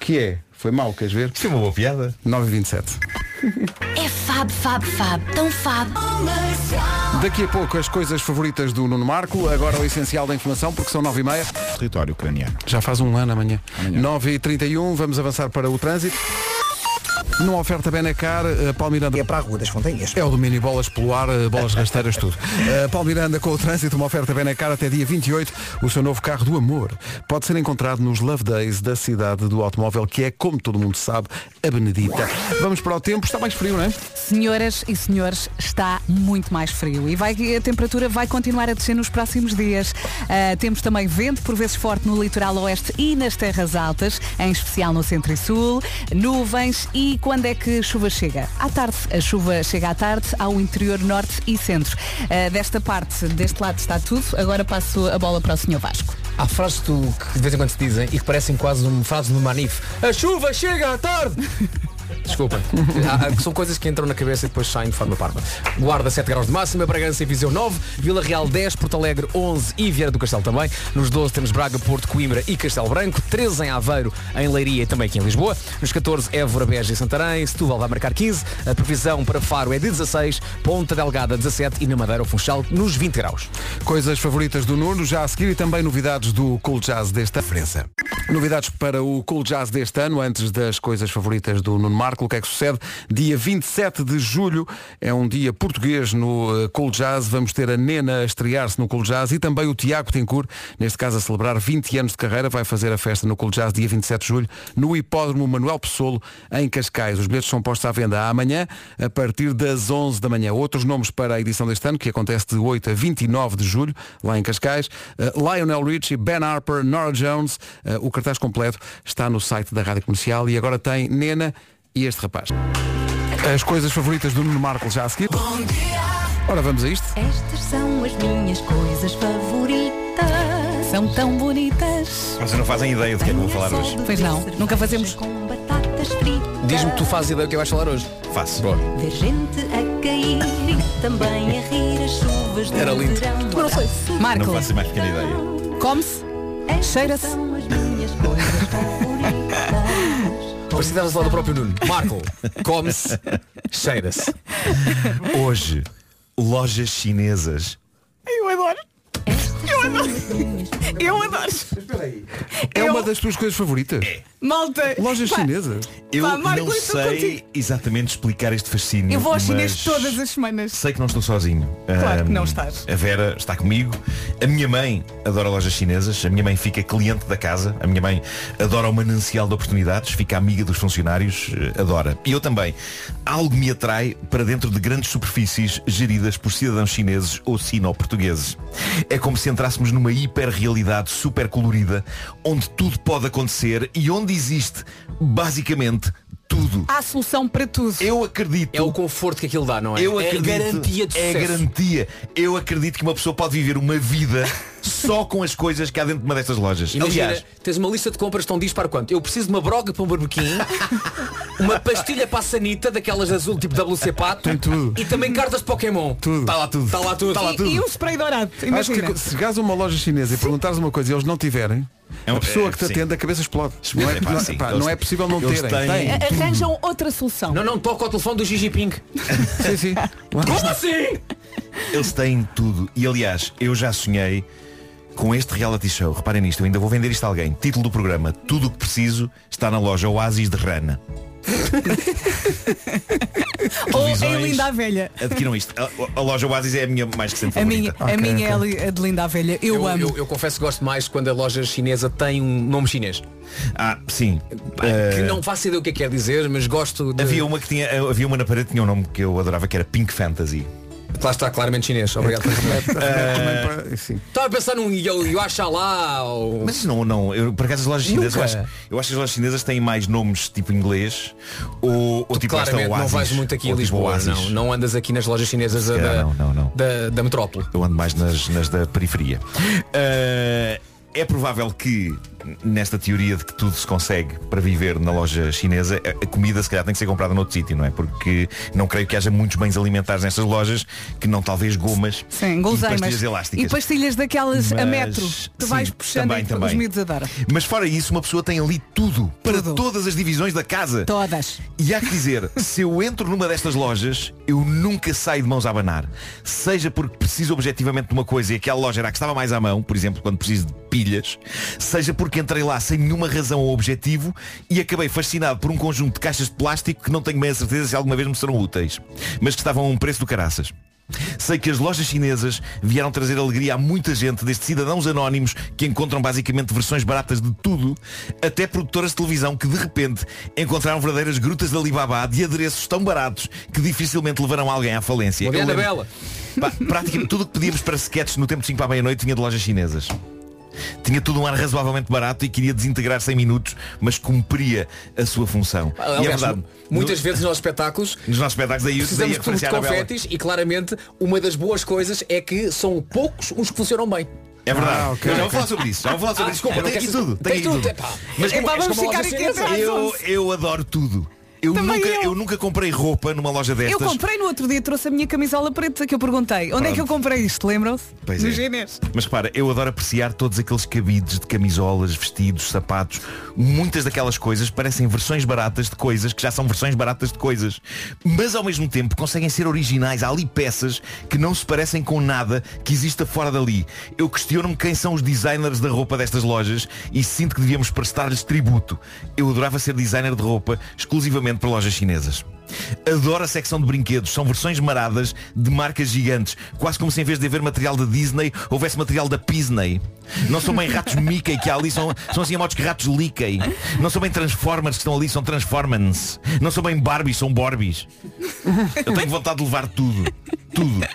Que é? Foi mau, queres ver? Isto é uma boa piada. 9h27. É fab, fab, fab. Tão fab. Daqui a pouco as coisas favoritas do Nuno Marco, agora o essencial da informação, porque são 9 e meia. Território ucraniano. Já faz um ano amanhã. 9h31, vamos avançar para o trânsito. Numa oferta Benacar, eh, Paulo Miranda. É para a Rua das Fontanhas. É o domínio, bolas pelo ar, eh, bolas rasteiras, tudo. Eh, Paulo Miranda com o trânsito, uma oferta Benacar até dia 28. O seu novo carro do amor pode ser encontrado nos Love Days da cidade do automóvel, que é, como todo mundo sabe, a Benedita. Vamos para o tempo, está mais frio, não é? Senhoras e senhores, está muito mais frio e vai, a temperatura vai continuar a descer nos próximos dias. Ah, temos também vento por vezes forte no litoral oeste e nas terras altas, em especial no centro e sul, nuvens e quando é que a chuva chega? À tarde. A chuva chega à tarde ao interior norte e centro. Ah, desta parte, deste lado está tudo. Agora passo a bola para o senhor Vasco. Há frases que tu- que de vez em quando se dizem e que parecem quase um frase do Manif. A chuva chega à tarde! Desculpa. Há- há- São coisas que entram na cabeça e depois saem de forma parva. Guarda 7 graus de máxima, Bragança e Viseu 9, Vila Real 10, Porto Alegre 11 e Vieira do Castelo também. Nos 12 temos Braga, Porto, Coimbra e Castelo Branco, 13 em Aveiro, em Leiria e também aqui em Lisboa. Nos 14, Évora, Beja e Santarém, Setúbal vai marcar 15, a previsão para Faro é de 16, Ponta Delgada 17 e na Madeira o Funchal nos 20 graus. Coisas favoritas do Nuno, já a seguir e também novidades do Cool Jazz desta diferença. Novidades para o Cool Jazz deste ano, antes das coisas favoritas do Nuno Marco, o que é que sucede? Dia 27 de julho é um dia português no eh, Cool Jazz. Vamos ter a Nena a estrear-se no Cool Jazz e também o Tiago Tencourt, neste caso a celebrar 20 anos de carreira, vai fazer a festa no Cool Jazz dia 27 de julho no Hipódromo Manuel Pessoa em Cascais. Os bilhetes são postos à venda amanhã a partir das 11 da manhã. Outros nomes para a edição deste ano, que acontece de 8 a 29 de julho, lá em Cascais. Eh, Lionel Richie, Ben Harper, Nora Jones. Eh, o cartaz completo está no site da Rádio Comercial e agora tem Nena e este rapaz. As coisas favoritas do Nuno Marco já a seguir. Ora, vamos a isto. Estas são as minhas coisas favoritas. São tão bonitas. Vocês não fazem ideia do que é que eu vou falar hoje. Pois não, nunca fazemos. Diz-me que tu fazes ideia do que vais falar hoje. Faço. Ver gente a cair e também a rir as chuvas do Era lindo. verão. Mas não sei. Marco. Não faço a mais pequena ideia. Come-se, cheira-se. Parece que estavas lá do próprio Nuno. Marco, come-se, cheira-se. [laughs] Hoje, lojas chinesas. Eu adoro. Eu adoro. Eu adoro. É uma das tuas coisas favoritas? É. Malta. Lojas pá, chinesas? Eu Pá, Marco, não eu estou sei contigo. exatamente explicar este fascínio. Eu vou aos mas chinês todas as semanas. Sei que não estou sozinho. Claro que Ahm, não estás. A Vera está comigo. A minha mãe adora lojas chinesas. A minha mãe fica cliente da casa. A minha mãe adora o manancial de oportunidades. Fica amiga dos funcionários. eh, Adora. E eu também. Algo me atrai para dentro de grandes superfícies geridas por cidadãos chineses ou sino-portugueses. É como se entrássemos numa hiperrealidade super colorida, onde tudo pode acontecer e onde existe, basicamente, tudo. Há solução para tudo. Eu acredito. É o conforto que aquilo dá, não é? Eu é acredito, garantia de é sucesso. garantia. Eu acredito que uma pessoa pode viver [laughs] uma vida só com as coisas que há dentro de uma destas lojas. Imagina, Aliás, tens uma lista de compras tão diz para quanto? Eu preciso de uma broga para um [laughs] barbequim, uma pastilha para a sanita, daquelas azul tipo WC Pato, e também cartas de Pokémon. Tudo. Está lá tudo. Está lá tudo. E- E, um spray dourado. Acho Imagina. que se chegares a uma loja chinesa e perguntares uma coisa e eles não tiverem, É um- a pessoa é, que te sim. atende a cabeça explode. Não é, Epá, não- sim, pá, eles- não é possível não eles terem. têm- Tem. A- Arranjam outra solução. Não, não, toca o telefone do Gigi Pink. Sim, sim. Como assim? eles têm tudo. E aliás, eu já sonhei com este reality show. Reparem nisto, eu ainda vou vender isto a alguém. Título do programa, tudo o que preciso está na loja Oasis de Rana. Ou em televisões. Linda a Velha. Adquiram isto. A, a loja Oasis é a minha mais recente A minha, favorita. a minha é ali- a de Linda a Velha. Eu, amo. Eu, eu confesso que gosto mais quando a loja chinesa tem um nome chinês. Ah, sim. Pá, Que não faço ideia o que é um- que quer dizer, mas gosto de. Havia uma que tinha, havia uma na parede que tinha um nome que eu adorava que era Pink Fantasy. Lá está claramente chinês. Obrigado. [laughs] Também para- sim. É. Estava a pensar num eu, eu acho lá ou... Mas não, não, eu, por acaso as lojas chinesas, eu Nunca. acho, eu acho que as lojas chinesas têm mais nomes tipo inglês ou, ou tipo esta Claramente Oasis. não vais muito aqui ou a tipo Lisboa, Oasis. não, não andas aqui nas lojas chinesas da, calhar da, não, não, não. da, da metrópole. Eu ando mais nas, nas da periferia. Ah, é provável que nesta teoria de que tudo se consegue para viver na loja chinesa, a- a comida se calhar tem que ser comprada noutro sítio, não é? Porque não creio que haja muitos bens alimentares nestas lojas que não talvez gomas Sim, e gulseimas. pastilhas elásticas. E pastilhas daquelas a Mas, metro. Tu vais sim, puxando também, e também. os miúdos adoram. Mas fora isso, uma pessoa tem ali tudo, para Tudo. todas as divisões da casa. Todas. E há que dizer, se eu entro numa destas lojas, eu nunca saio de mãos a abanar. Seja porque preciso objetivamente de uma coisa e aquela loja era a que estava mais à mão, por exemplo, quando preciso de pilhas, seja porque entrei lá sem nenhuma razão ou objetivo e acabei fascinado por um conjunto de caixas de plástico que não tenho bem a certeza se alguma vez me serão úteis, mas que estavam a um preço do caraças. Sei que as lojas chinesas vieram trazer alegria a muita gente, desde cidadãos anónimos que encontram basicamente versões baratas de tudo, até produtoras de televisão que de repente encontraram verdadeiras grutas de Alibaba de adereços tão baratos que dificilmente levarão alguém à falência. Mariana Eu lembro- Bela. Pá, praticamente tudo o que pedíamos para sketches no tempo de 5 para a meia-noite tinha de lojas chinesas. Tinha tudo um ar razoavelmente barato e queria desintegrar-se em minutos, mas cumpria a sua função. e é Aliás, verdade. muitas no- vezes nos espetáculos nos nossos pedaços daí, daí a precisamos de tubos referência de à Anabela. confetes e claramente uma das boas coisas é que são poucos os que funcionam bem. É verdade. Ah, ok, eu já vou ok. falar sobre isso. Já vou falar sobre Ah, isso. desculpa, tem não aqui quero tudo. saber. Tem É, Tem aqui tudo, tudo. epá. Mas Epá, como- vamos como ficar lojas aqui atrás. eu, eu adoro tudo. Eu, Também nunca, eu. eu. nunca comprei roupa numa loja destas. Eu comprei no outro dia, trouxe a minha camisola preta que eu perguntei. Onde é que eu comprei isto? Lembram-se? Pois no é. Ginés. Mas repara, eu adoro apreciar todos aqueles cabides de camisolas, vestidos, sapatos. Muitas daquelas coisas parecem versões baratas de coisas que já são versões baratas de coisas. Mas ao mesmo tempo conseguem ser originais. Há ali peças que não se parecem com nada que exista fora dali. Eu questiono-me quem são os designers da roupa destas lojas e sinto que devíamos prestar-lhes tributo. Eu adorava ser designer de roupa exclusivamente para lojas chinesas. Adoro a secção de brinquedos. São versões maradas de marcas gigantes. Quase como se em vez de haver material da Disney, houvesse material da Pisney. Não são bem ratos Mickey que há ali, são, são assim a modos que ratos Lickey. Não são bem Transformers que estão ali, são Transformans. Não são bem Barbies, são Borbies. Eu tenho vontade de levar tudo. Tudo.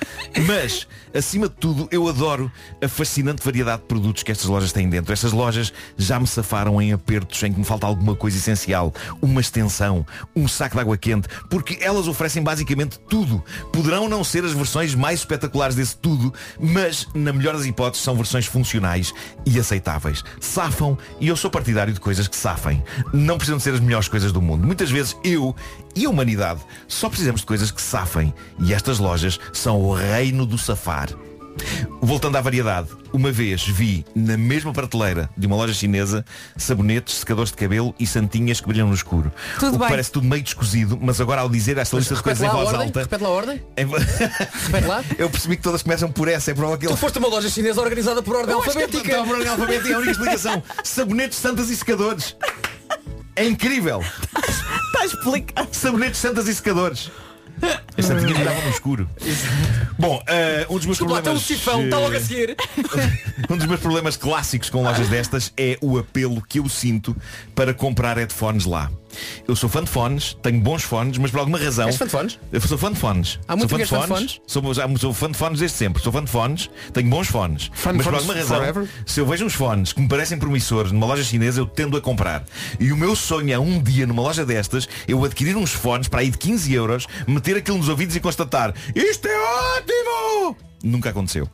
Mas, acima de tudo, eu adoro a fascinante variedade de produtos que estas lojas têm dentro. Estas lojas já me safaram em apertos em que me falta alguma coisa essencial. Uma extensão, um saco de água quente. Porque elas oferecem basicamente tudo. Poderão não ser as versões mais espetaculares desse tudo, mas, na melhor das hipóteses, são versões funcionais e aceitáveis. Safam e eu sou partidário de coisas que safem. Não precisam de ser as melhores coisas do mundo. Muitas vezes eu e a humanidade só precisamos de coisas que safem e estas lojas são o reino do safar. Voltando à variedade, uma vez vi na mesma prateleira de uma loja chinesa sabonetes, secadores de cabelo e santinhas que brilham no escuro. Tudo o que bem. parece tudo meio descozido, mas agora ao dizer esta lista de Repete coisas em lá a voz ordem. alta, Repete lá a ordem. em vo- [laughs] eu percebi que todas começam por essa, é prova [laughs] que Tu foste a uma loja chinesa organizada por ordem Eu acho que é alfabética. por ordem alfabética, é a única explicação. [laughs] Sabonetes, santas e secadores. É incrível. Está explicado. Sabonetes, santas e secadores. Esta tinha me dava no escuro. Bom, eh, um dos meus Desculpa, lá, problemas. está um sifão, está logo a eh, seguir. um dos meus problemas clássicos com lojas destas é o apelo que eu sinto para comprar headphones lá. Eu sou fã de fones, tenho bons fones, mas por alguma razão. És fã de fones? Eu sou fã de fones. Há muito sou que fã és fã de fones? Sou, já- sou fã de fones desde sempre. Sou fã de fones, tenho bons fones. Fã de mas por fones alguma razão, forever? se eu vejo uns fones que me parecem promissores numa loja chinesa, eu tendo a comprar. E o meu sonho é um dia numa loja destas, eu adquirir uns fones para aí de 15 euros, meter aquilo nos ouvidos e constatar, isto é ótimo! Nunca aconteceu.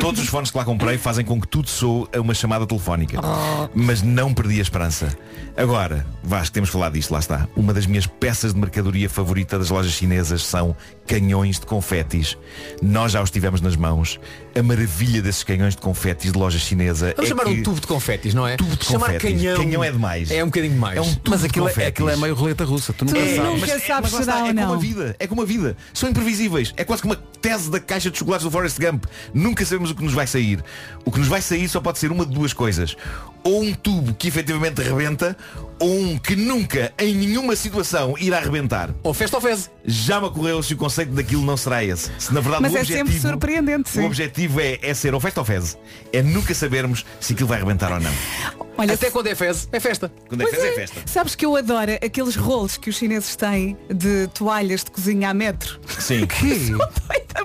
Todos os fones que lá comprei fazem com que tudo soe a uma chamada telefónica. Oh. Mas não perdi a esperança. Agora, Vasco, temos falado disto, lá está. Uma das minhas peças de mercadoria favorita das lojas chinesas são canhões de confetis. Nós já os tivemos nas mãos. A maravilha desses canhões de confetis de loja chinesa Vamos é chamar que... um tubo de confetis, não é? Tubo de chamar confetis. canhão. Canhão é demais. É um bocadinho mais. É um tubo mas de aquilo confetis. Aquilo é meio roleta russa. Tu nunca É, sabes. mas é- sabes mas lá se dá ou está, É não. como a vida, é como a vida. São imprevisíveis. É quase como a tese da caixa de chocolates do Forrest Gump. Nunca sabemos o que nos vai sair. O que nos vai sair só pode ser uma de duas coisas. Ou um tubo que efetivamente rebenta, ou um que nunca, em nenhuma situação, irá rebentar. Ou festa ou fez. Já me ocorreu se o conceito daquilo não será esse. Se na verdade Mas o é objetivo, sempre surpreendente, O sim. objetivo é, é ser ou festa ou fez. É nunca sabermos se aquilo vai rebentar ou não. Olha, Até quando é fez, é festa. Quando é Pois fez, é é. festa. Sabes que eu adoro aqueles rolos que os chineses têm de toalhas de cozinha a metro. Sim.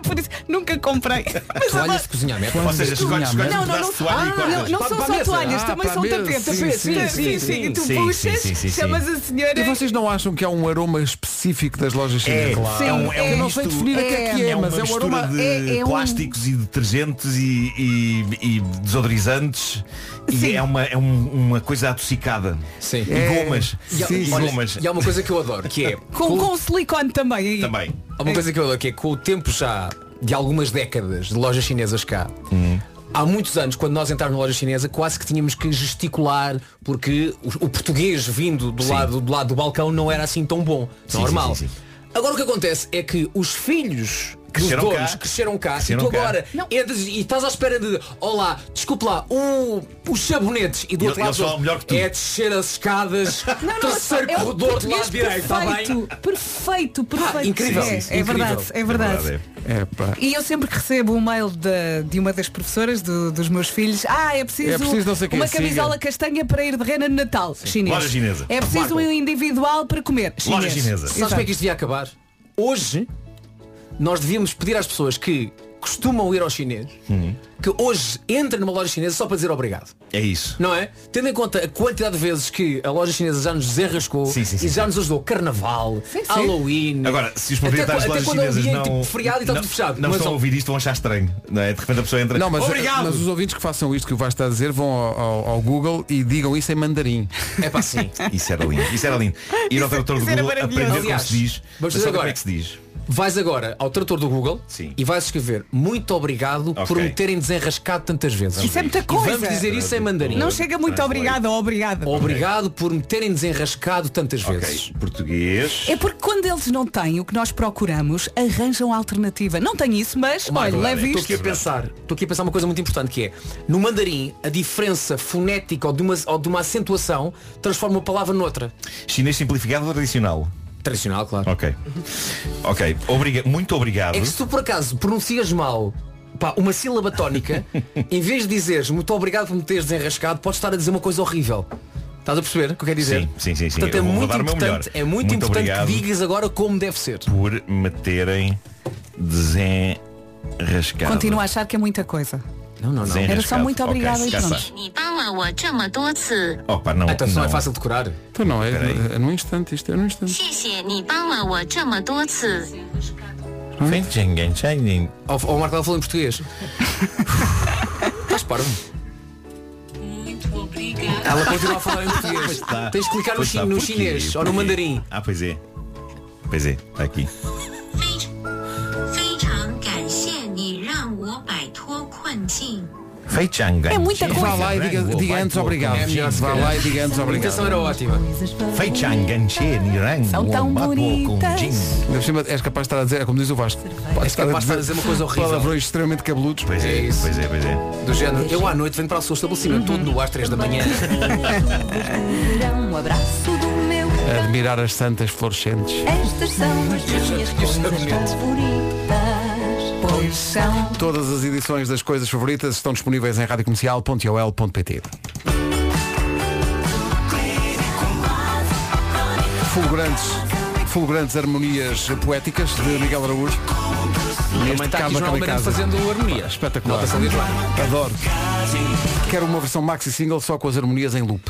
Por isso, nunca comprei. Mas é Toalhas adoro. de cozinhar mesmo. Ou seja, escolhes, escolhes Não, um não, pedaço não. de toalha e Ah, cortas. não, não Para- são para só a mesa. toalhas, Ah, também para a são mesa. tapetes. Sim, Sim, sim, sim, sim, sim. E tu Sim, sim, puxas, sim, sim, sim. chamas a senhora. E vocês não acham que há um aroma específico das lojas É, chinesas? claro. Sim, é um, é um Eu não sei misto- definir o que é que é, uma mas é um mistura aroma. de é- é um- plásticos e detergentes e, e- e desodorizantes Sim. e é uma, é um- uma coisa adocicada. Sim. É. E gomas. E há, E olha, gomas. e há uma coisa que eu adoro, que é. Com, com o silicone também. aí. Também. Há uma coisa que eu adoro, que é com o tempo já de algumas décadas de lojas chinesas cá. Uhum. Há muitos anos, quando nós entrarmos na loja chinesa, quase que tínhamos que gesticular, porque o, o português vindo do Sim. lado, do lado do balcão não era assim tão bom. Sim, normal. sim, sim, Agora o que acontece é que os filhos Cresceram dos donos cá. cresceram cá Cresceram e tu cá. agora entras e estás à espera de olá, desculpe lá, o, os sabonetes e do E outro eles falam lado melhor que tu. é descer as escadas, Não, não, terceiro é o corredor do lado português direito, está tá bem? perfeito, perfeito, perfeito. incrível. É, Sim, sim, é incrível. verdade, é verdade. É, pá. E eu sempre que recebo um mail de, de uma das professoras do- dos meus filhos, ah, é preciso, É preciso não sei o quê, uma siga. camisola castanha para ir de rena no Natal. Chinês. Loja chinesa. É preciso um individual para comer. Chinês. Loja chinesa. Sabes como é que isto devia acabar? Hoje, nós devíamos pedir às pessoas que costumam ir ao chinês, Uhum. que hoje entra numa loja chinesa só para dizer obrigado. É isso. Não é? Tendo em conta a quantidade de vezes que a loja chinesa já nos desenrascou e já nos ajudou carnaval, Sim, sim. Halloween. Agora, se os Até proprietários de quando- lojas até quando é um chinesas dia, não, tipo, feriado e está não- tudo fechado. não Mas estão a só- ouvir isto, vão achar estranho. Não é? De repente a pessoa entra. Não, mas, Obrigado! mas os ouvintes que façam isto que o Vasco está a dizer vão ao, ao- ao Google e digam isso em mandarim. É pá, [laughs] sim. Isso era lindo. Isso [laughs] era lindo. Ir ao tradutor do Isso era Google aprender maravilhoso. como se diz. Aliás, Mas vamos sabe fazer como é agora. que se diz? Vais agora ao trator do Google e vais escrever muito obrigado por me terem desenrascado tantas vezes. Isso é muita coisa. E vamos dizer isso tipo em um mandarim. Não chega muito obrigado ou obrigado. Obrigado por me terem desenrascado tantas vezes. Português. É porque quando eles não têm o que nós procuramos, arranjam a alternativa. Não tem isso, mas olha, leve Estou é, né? aqui a isto. pensar, estou aqui a pensar uma coisa muito importante que é, no mandarim, a diferença fonética ou de uma, ou de uma acentuação transforma uma palavra noutra. Chinês simplificado ou tradicional? Tradicional, claro. Ok. Ok. Obriga Muito obrigado. É que se tu por acaso pronuncias mal pá, uma sílaba [laughs] tónica, em vez de dizeres muito obrigado por me teres desenrascado, podes estar a dizer uma coisa horrível. Estás a perceber o que eu quero dizer? Sim, sim, sim, sim. Portanto, é Eu vou muito dar o meu importante, melhor. é muito Muito importante obrigado. que digas agora como deve ser. Por me terem desenrascado. Continua a achar que é muita coisa. Não, não, não. Era só muito obrigado e pronto. Opa, não. Então, se não é não. fácil decorar. Então não, é, é num instante, isto é num instante. 谢谢你帮了我这么多次。 Ó ó, o Marco ela falou em [laughs] português. Estás parvo. Ela continua a falar em Pois português. tá. está. Tens de clicar no, Pois chi- está. no Porquê? chinês ou no Porquê? mandarim. Ah, pois é. Pois é, está aqui. 非常感谢你让我摆脱困境。 Fei Chang'an. É muita coisa. Vá lá e diga, Vai, diga vai, é antes vai, obrigado. vai. gente. Vá lá e diga antes A obrigado. imitação era ótima. Fei Chang'an Che Niran. São tão Wombat bonitas. Wokong Jing. Ainda por cima, És capaz de estar a dizer, é como diz o Vasco. És capaz de estar a dizer uma coisa horrível. Palavrões extremamente cabeludos. Pois é, pois é, pois é. Do género, eu à noite venho para o seu estabelecimento Uhum. todo nu às 3 da manhã. Um abraço do meu Admirar as santas florescentes. Estas são as minhas coisas favoritas Pois são Todas as edições das coisas favoritas estão disponíveis em radiocomercial.ol.pt Fulgurantes, fulgurantes harmonias poéticas de Miguel Araújo. Também está tá aqui o João Almeida fazendo harmonia. Espetacular. Nota-se ali, João. Adoro. Quero uma versão maxi single só com as harmonias em loop.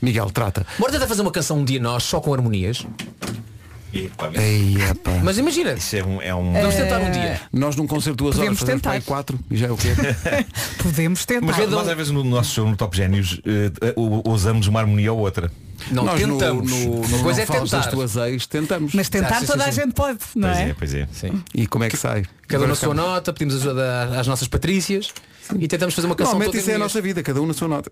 Miguel, trata. Bora tentar fazer uma canção um dia nós, só com harmonias. Ei, epá. Mas imagina. Isso é um. É um... Vamos tentar um dia. Nós num concerto de duas horas Podemos fazemos para aí quatro e já é o quê? Podemos tentar. Mas nós às vezes no nosso show no Top Génios eh, o- usamos uma harmonia ou outra. [laughs] Não, Nós no- tentamos. No, no, Uma coisa não é falas das tentar. tuas ex, tentamos. Mas tentar toda a gente pode, não é? Pois é. Sim. E como é que sai? Cada um Agora na sua ficamos- nota, pedimos ajuda às nossas Patrícias e tentamos fazer uma canção Normalmente toda isso é a em nossa vida, cada um na sua nota.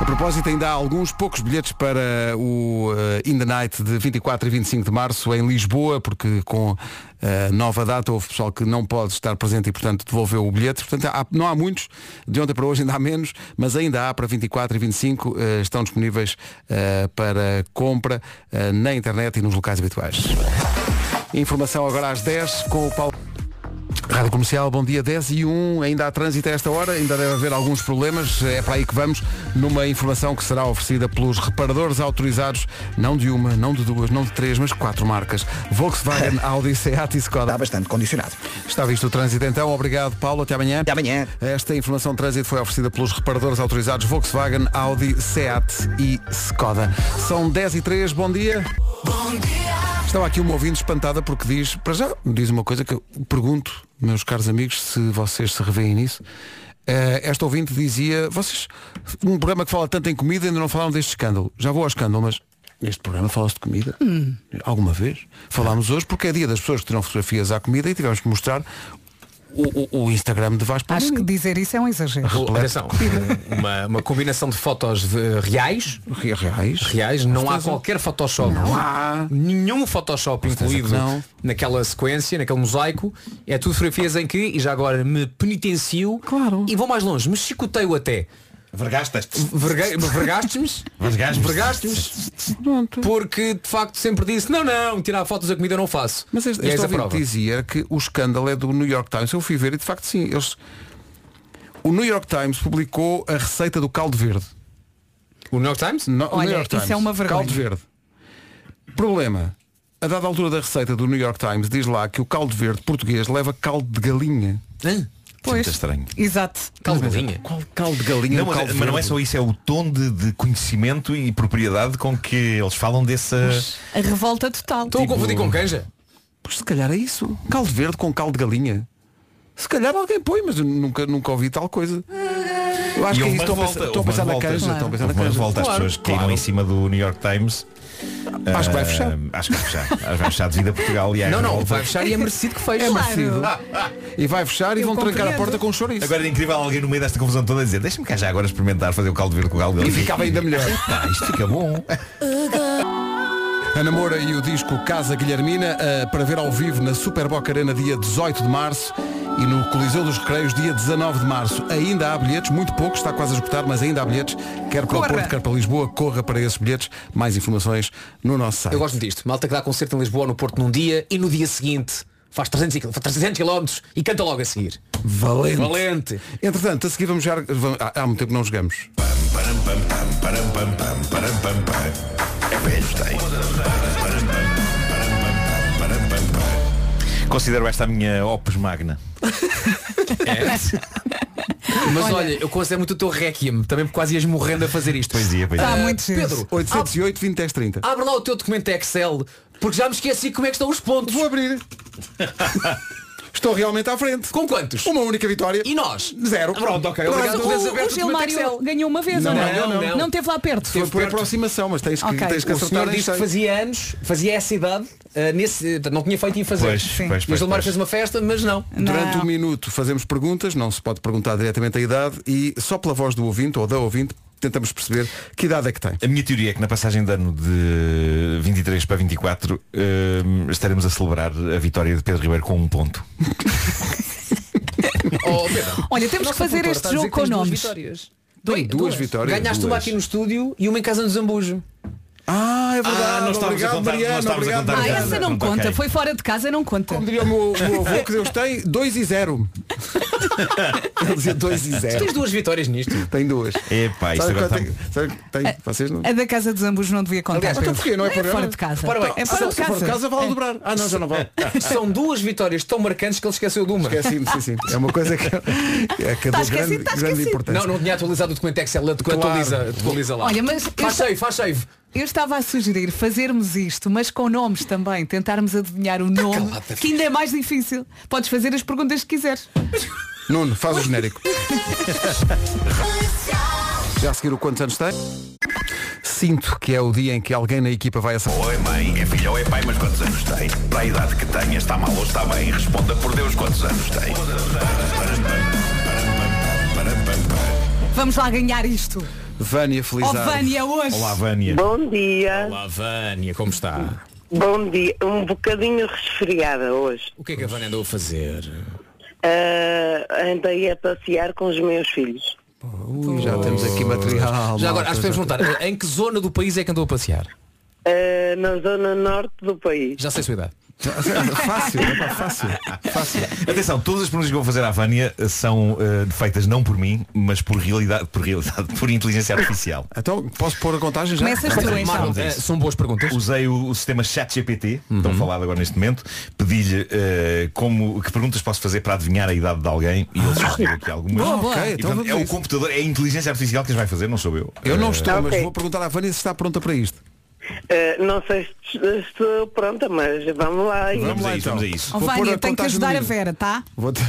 A propósito, ainda há alguns poucos bilhetes para o eh, In the Night de 24 e 25 de março em Lisboa, porque com eh, nova data houve pessoal que não pode estar presente e, portanto, devolveu o bilhete. Portanto, há- não há muitos, de ontem para hoje ainda há menos, mas ainda há para 24 e 25, eh, estão disponíveis eh, para compra eh, na internet e nos locais habituais. Informação agora às 10 com o Paulo. Rádio Comercial, bom dia 10 e 1, ainda há trânsito a esta hora, ainda deve haver alguns problemas, é para aí que vamos, numa informação que será oferecida pelos reparadores autorizados, não de uma, não de duas, não de três, mas quatro marcas. [laughs] Volkswagen, Audi, Seat e Skoda. Está bastante condicionado. Está visto o trânsito então, obrigado Paulo, até amanhã. Até amanhã. Esta informação de trânsito foi oferecida pelos reparadores autorizados Volkswagen, Audi, Seat e Skoda. São 10 e 3, bom dia. Estava aqui uma ouvinte espantada porque diz, para já, diz uma coisa que eu pergunto, meus caros amigos, se vocês se revêem nisso. Eh, esta ouvinte dizia, vocês, um programa que fala tanto em comida ainda não falaram deste escândalo. Já vou ao escândalo, mas este programa fala-se de comida? Alguma vez? Falámos hoje porque é dia das pessoas que tiram fotografias à comida e tivemos que mostrar o, o- o Instagram de Vasco. Acho que dizer isso é um exagero. Oh, Atenção, uma, uma combinação de fotos de reais. Reais. Reais. Não há qualquer Photoshop. Não há. Nenhum Photoshop incluído naquela sequência, naquele mosaico. É tudo fotografias em que, e já agora me penitencio. Claro. E vou mais longe, me chicoteio até. Vergastas-te. [laughs] Verga- Vergaste-me. Vergastas-me. Vergaste-me. Porque de facto sempre disse, não, não, tirar fotos da comida eu não faço. Mas este, E eis este a ouvinte prova. dizia que o escândalo é do New York Times. Eu fui ver e de facto sim, eles. O New York Times publicou a receita do caldo verde. O New York Times? No, o Olha, New York isso Times. é uma vergonha. Caldo verde. Problema. A dada altura da receita do New York Times diz lá que o caldo verde português leva caldo de galinha. Pois. estranho. Exato. Caldo de galinha? Qual caldo de galinha? Não, ou mas, caldo mas não é verde? só isso, é o tom de, de conhecimento e propriedade com que eles falam dessa. A revolta total. Estou a tipo? confundir com canja? Pois se calhar é isso. Caldo verde com caldo de galinha. Se calhar alguém põe, mas eu nunca, nunca ouvi tal coisa. Eu acho que E é houve isso. Estou uma a revolta, pensar- Estou a houve pensar uma na revolta. canja. Estou a pensar na Houve uma canja. revolta, as pessoas caíram em cima do New York Times. Acho que vai Ah, fechar. Acho que vai fechar. Acho que vai fechar devido a Portugal e à Não, não, revolta. vai fechar e é merecido que feche. É merecido. E vai fechar e Eu vão trancar a compreendo. porta com chouriço. Agora era incrível alguém no meio desta confusão toda dizer deixa-me cá já agora experimentar fazer o caldo verde com o caldo E verde." ficava ainda melhor. Pá, isto fica bom. A Namora e o disco Casa Guilhermina eh, para ver ao vivo na Super Boca Arena dia 18 de março e no Coliseu dos Recreios dia 19 de março. Ainda há bilhetes, muito pouco, está quase a esgotar, mas ainda há bilhetes. Quer para Corra! o Porto, quer para Lisboa, corra para esses bilhetes. Mais informações no nosso site. Eu gosto muito disto. Malta que dá concerto em Lisboa, no Porto, num dia e no dia seguinte faz 300 e quil- 300 km e canta logo a seguir. Valente. Valente. Entretanto, a seguir vamos jogar. vamos- há, há muito tempo que não jogamos. Param, pam, pam, param, pam, pam, param, pam, pam. É Wednesday. Param, pam, param, pam, pam, param, pam, pam. [laughs] Considero esta a minha opus magna. Mas olha, eu considero muito o teu requiem, também porque quase ias morrendo a fazer isto. Pois ia, pois Ah, ia. Pedro, 808 20 10 30. ab- abre lá o teu documento Excel, porque já me esqueci como é que estão os pontos. Vou [laughs] abrir. Estou realmente à frente. Com quantos? Uma única vitória. E nós? Zero. Pronto, ok. Ah, Pronto. Obrigado. Mas Mas aberto O, o o Excel. Gilmário ganhou uma vez, Não, ou não, não, não. Não teve lá perto. Foi por aproximação, mas tens que, Ok. tens que O senhor acertar em disse que cheio. fazia anos, fazia essa idade, ah, nesse, portanto, não tinha feito e ia fazer. Pois, Sim. pois, e o pois, Gilmar pois. fez uma festa, mas não. Durante um minuto fazemos perguntas, não se pode perguntar diretamente a idade e só pela voz do ouvinte ou da ouvinte tentamos perceber que idade é que tem. A minha teoria é que na passagem de ano de 23 para 24 hum, estaremos a celebrar a vitória de Pedro Ribeiro com um ponto. Oh, Pedro, Olha, temos que nossa fazer produtora este está a jogo dizer que tens com duas nomes. vitórias. Tem Oi, duas vitórias, Ganhaste uma duas. aqui no estúdio e uma em casa no Zambujo. Ah, é verdade. Ah, não estávamos obrigado, a contar, não Mariano, estávamos a obrigado, contar. Ah, Mariano. essa não Ok. conta. Foi fora de casa, não conta. Como diria o meu, o meu avô que Deus tem, 2 e [laughs] 0. Ele dizia 2 e Tu 0. tens duas [laughs] vitórias nisto. Tem duas. Epá, isto Sabe agora quanto é está... que- sabe que tem? Vocês não. A da casa dos ambos não devia contar. Aliás, Então porquê? Não é é programa? fora de casa. Repara bem, É Ah, fora não, de se for de casa. casa vale dobrar. Ah não, já não vale. São duas vitórias tão marcantes que ele esqueceu de uma. Esqueci-me, sim, sim. É uma coisa que, é que é Tá de esquecido, grande, tá grande esquecido. importância. Não, não tinha atualizado o documento é Excel. Claro. Atualiza, atualiza lá. Olha, mas eu faz só- save, faz save. Eu estava a sugerir fazermos isto, mas com nomes também, tentarmos adivinhar Tá o nome, calada. que ainda é mais difícil. Podes fazer as perguntas que quiseres. Nuno, faz o genérico. Já a seguir o quantos anos tem? Sinto que é o dia em que alguém na equipa vai a Ou é mãe, é filho ou é pai, mas quantos anos tem? Para a idade que tenha, está mal ou está bem? Responda por Deus quantos anos tem. Vamos lá ganhar isto. Vânia Ó Felizardo. Oh, Vânia, hoje. Olá, Vânia. Bom dia. Olá, Vânia, como está? Bom dia. Um bocadinho resfriada hoje. O que é que a Vânia andou a fazer? Ah, andei a passear com os meus filhos. Ui, já temos aqui material. Já agora, Ah, malta, acho que já podemos perguntar, em que zona do país é que andou a passear? Ah, na zona norte do país. Já sei a sua idade. tem. Fácil, é pá, fácil. Fácil. Atenção, todas as perguntas que vou fazer à Vânia são eh, feitas não por mim, mas por realidade, por realidade, [laughs] por inteligência artificial. Então, posso pôr a contagem já? Começas tu então. Vamos a Eh, isso. são boas perguntas. Usei o, o sistema ChatGPT, tão falado agora neste momento, pedi-lhe eh, como que perguntas posso fazer para adivinhar a idade de alguém e ele sugeriu aqui algumas. Boa, boa. E, Ok, então portanto, vamos é a o isso. computador, é a inteligência artificial que as vai fazer, não sou eu. Eu não Eh, estou, mas Ok. vou perguntar à Vânia se está pronta para isto. Ah, não sei se estou pronta, mas vamos lá. Vamos lá, a isso, então. vamos a isso. Ó Vou pôr a Oh, Vânia, tenho que contagem ajudar no a Vera, [laughs] tá? Vou te-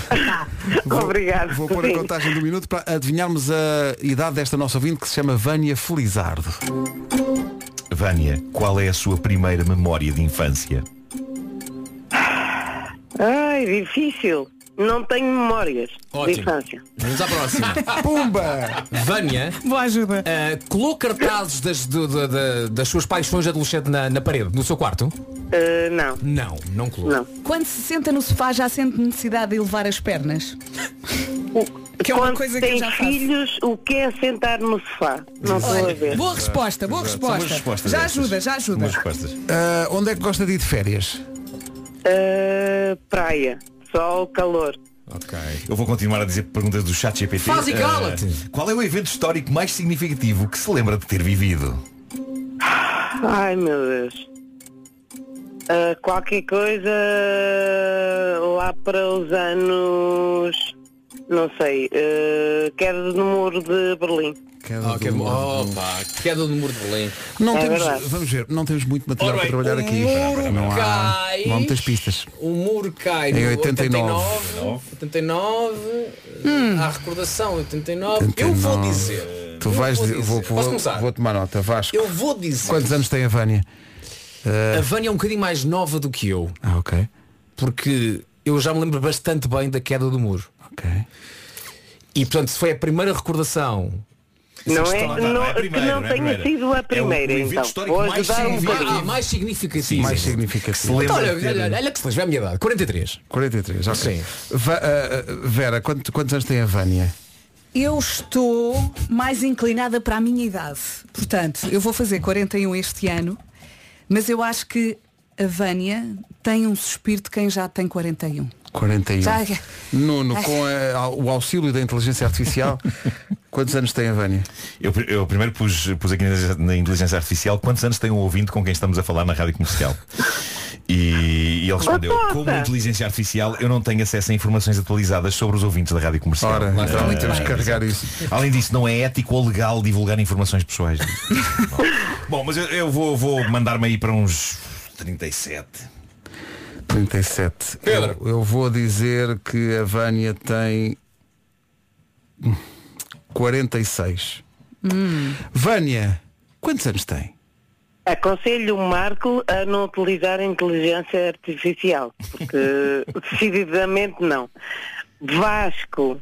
Obrigado. Vou pôr a Sim. contagem do minuto para adivinharmos a idade desta nossa ouvinte que se chama Vânia Felizardo. então. Vânia, qual é a sua primeira memória de infância? Ai, difícil. Não tenho memórias Ótimo. de infância. Vamos à próxima. [laughs] Pumba! Vânia, Boa ajuda. eh, colou cartazes das, do- da- da- das suas paixões de adolescente na, na parede, no seu quarto? Ah, não, Não, não colou. não. Quando se senta no sofá já sente necessidade de elevar as pernas. Que é uma Quando coisa que eu tem já faço. filhos, o que é sentar no sofá? Não estou a ver. Boa resposta, boa resposta. boas respostas Já estas. ajuda, já ajuda. Boas respostas. Ah, onde é que gosta de ir de férias? Ah, praia, Eh, sol, calor. Ok. Eu vou continuar a dizer perguntas do chat GPT. Faz e Eh, cala-te. qual é o evento histórico mais significativo que se lembra de ter vivido? Ai meu Deus. Ah, qualquer coisa eh, lá para os anos. Não sei. ah, queda do muro de Berlim. Queda é do muro. queda do muro de Belém. Não É temos, verdade. vamos ver, não temos muito material Ora para bem, trabalhar o aqui. muro não, há, cai. não há muitas pistas. O Um muro cai Em no 89. 89. 89. Hum. Há recordação, 89. Eu vou 89. dizer. Então, Tu eu vais vou dizer- vou, dizer. vou- Posso começar? vou tomar nota, Vasco. Eu vou dizer. Quantos anos tem a Vânia? A Vânia é um bocadinho mais nova do que eu. Ah, ok. Porque eu já me lembro bastante bem da queda do muro. Ok. E portanto, se foi a primeira recordação. Não é- Essa questão- não- que não é tenha sido a primeira, evento então. histórico Vou mais ajudar um significativo. bocadinho. Ah, mais significativo. Sim, mais significativo. Então, Se lembra Olha, de ter- olha, olha que se lembra, é a minha idade. 43. 43, ok. Va- ah, ah, Vera, quanto- quantos anos tem a Vânia? Eu estou mais inclinada para a minha idade. Portanto, eu vou fazer 41 este ano, mas eu acho que a Vânia tem um suspiro de quem já tem 41. 41. Já- Nuno, Ai. com a- ao- o auxílio da inteligência artificial, quantos anos tem a Vânia? Eu, pri- eu primeiro pus, pus aqui na- na inteligência artificial quantos anos tem um ouvinte com quem estamos a falar na rádio comercial. E, e ele respondeu, Batata! como inteligência artificial eu não tenho acesso a informações atualizadas sobre os ouvintes da rádio comercial. Ora, Ah, então ah, temos que carregar exato. Além disso, não é ético ou legal divulgar [laughs] informações pessoais. Bom, Bom, mas eu, eu vou, vou mandar-me aí para uns 37. 37. Pedro. Eu, eu vou dizer que a Vânia tem 46. Vânia, quantos anos tem? Aconselho o Marco a não utilizar a inteligência artificial, [laughs] porque decididamente não. Vasco,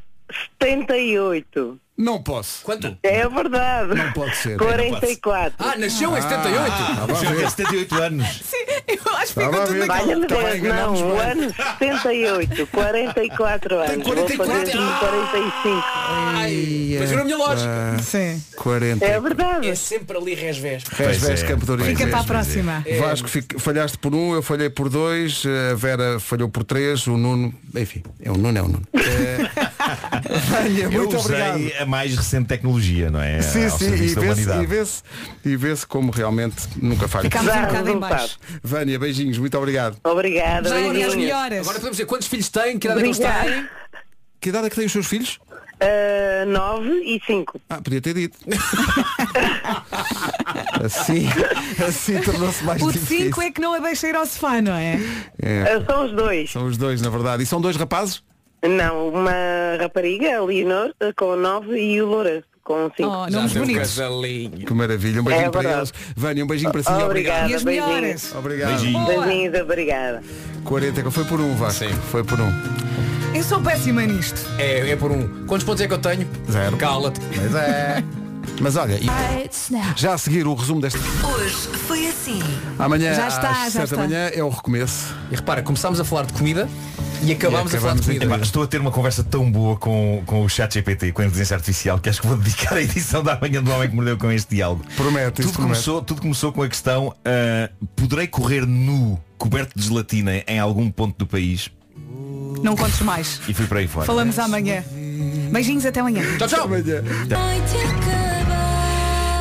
78. Não posso. Quanto? É verdade. Não pode ser. 44. Ah, nasceu em 78? Nasceu em 78 anos. Sim, eu acho Estava a ver. Valha-me Também Deus, enganámos não, o bem. ano 78, 44 anos. Vou 44? fazer Ah, 45. Ai, mas virou a minha lógica. Sim. 40. verdade. É sempre ali resvés. é, Resves Campo de Oriente. Fica para a próxima. É. Vasco, fica- falhaste por um, eu falhei por dois, a Vera falhou por três, o Nuno, enfim, é o Nuno, é o [laughs] Nuno. Eh, Vânia, eu muito usei obrigado. a mais recente tecnologia, não é? Sim, Ao sim, serviço e da vê-se humanidade. e vê-se e vê-se como realmente nunca falha. Ficámos um bocado em baixo. Vânia, beijinhos, muito obrigado. Obrigada. Já agora, beijinhos. agora podemos dizer quantos filhos têm, que idade é que eles têm. Que idade é que têm os seus filhos? 9 Ah, e 5. Ah, podia ter dito. assim, assim tornou-se mais o de difícil. 5 é que não a deixa ir ao sofá, não é? É. Ah, São os dois. São os dois, na verdade. E são dois rapazes? Não, uma rapariga, a Leonor, com 9 e o Lourenço, com 5. Oh, um um Que maravilha. Um beijinho É para eles. verdade. Vânia, um beijinho para si. Obrigada, Obrigado. E as beijinhos. melhores. Obrigado. Beijinhos. Beijinhos, obrigada. 40, foi por um, Vasco. Foi por um. Eu sou péssima nisto. É, é por um. Quantos pontos é que eu tenho? Zero. Cala-te. Mas é. Mas olha, e- já a seguir o resumo desta. Hoje foi assim. Amanhã Já está, já às 7 da está. manhã é o recomeço. E repara, começámos a falar de comida e acabámos, E a falar de acabámos em comida. Epá, Estou a ter uma conversa tão boa com, com o chat GPT e com a inteligência artificial que acho que vou dedicar a edição da manhã do homem que mordeu com este diálogo. Promete, tudo isso promete. começou Tudo começou com a questão, ah, poderei correr nu, coberto de gelatina, em algum ponto do país? Não contes mais. E fui para aí fora. Falamos amanhã. Beijinhos até amanhã. Tchau, tchau.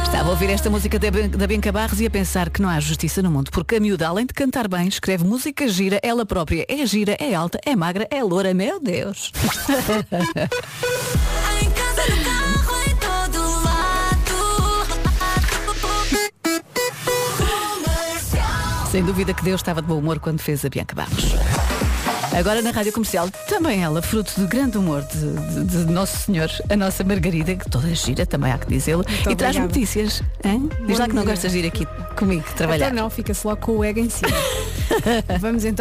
Estava a ouvir esta música da Ben- da Benca Barros e a pensar que não há justiça no mundo, porque a miúda, além de cantar bem, escreve música gira, ela própria é gira, é alta, é magra, é loura, meu Deus. Em casa, no carro, em todo lado. Comercial. Sem dúvida que Deus estava de bom humor quando fez a Bianca Barros. Agora na Rádio Comercial, também ela, fruto do grande humor de, de- de Nosso Senhor, a nossa Margarida, que toda gira, também há que dizê-lo, e obrigada. traz notícias. Hein? Diz Bom lá que não dia. gostas de ir aqui comigo trabalhar. [laughs] Então não, fica-se logo com o ego em cima. Vamos então.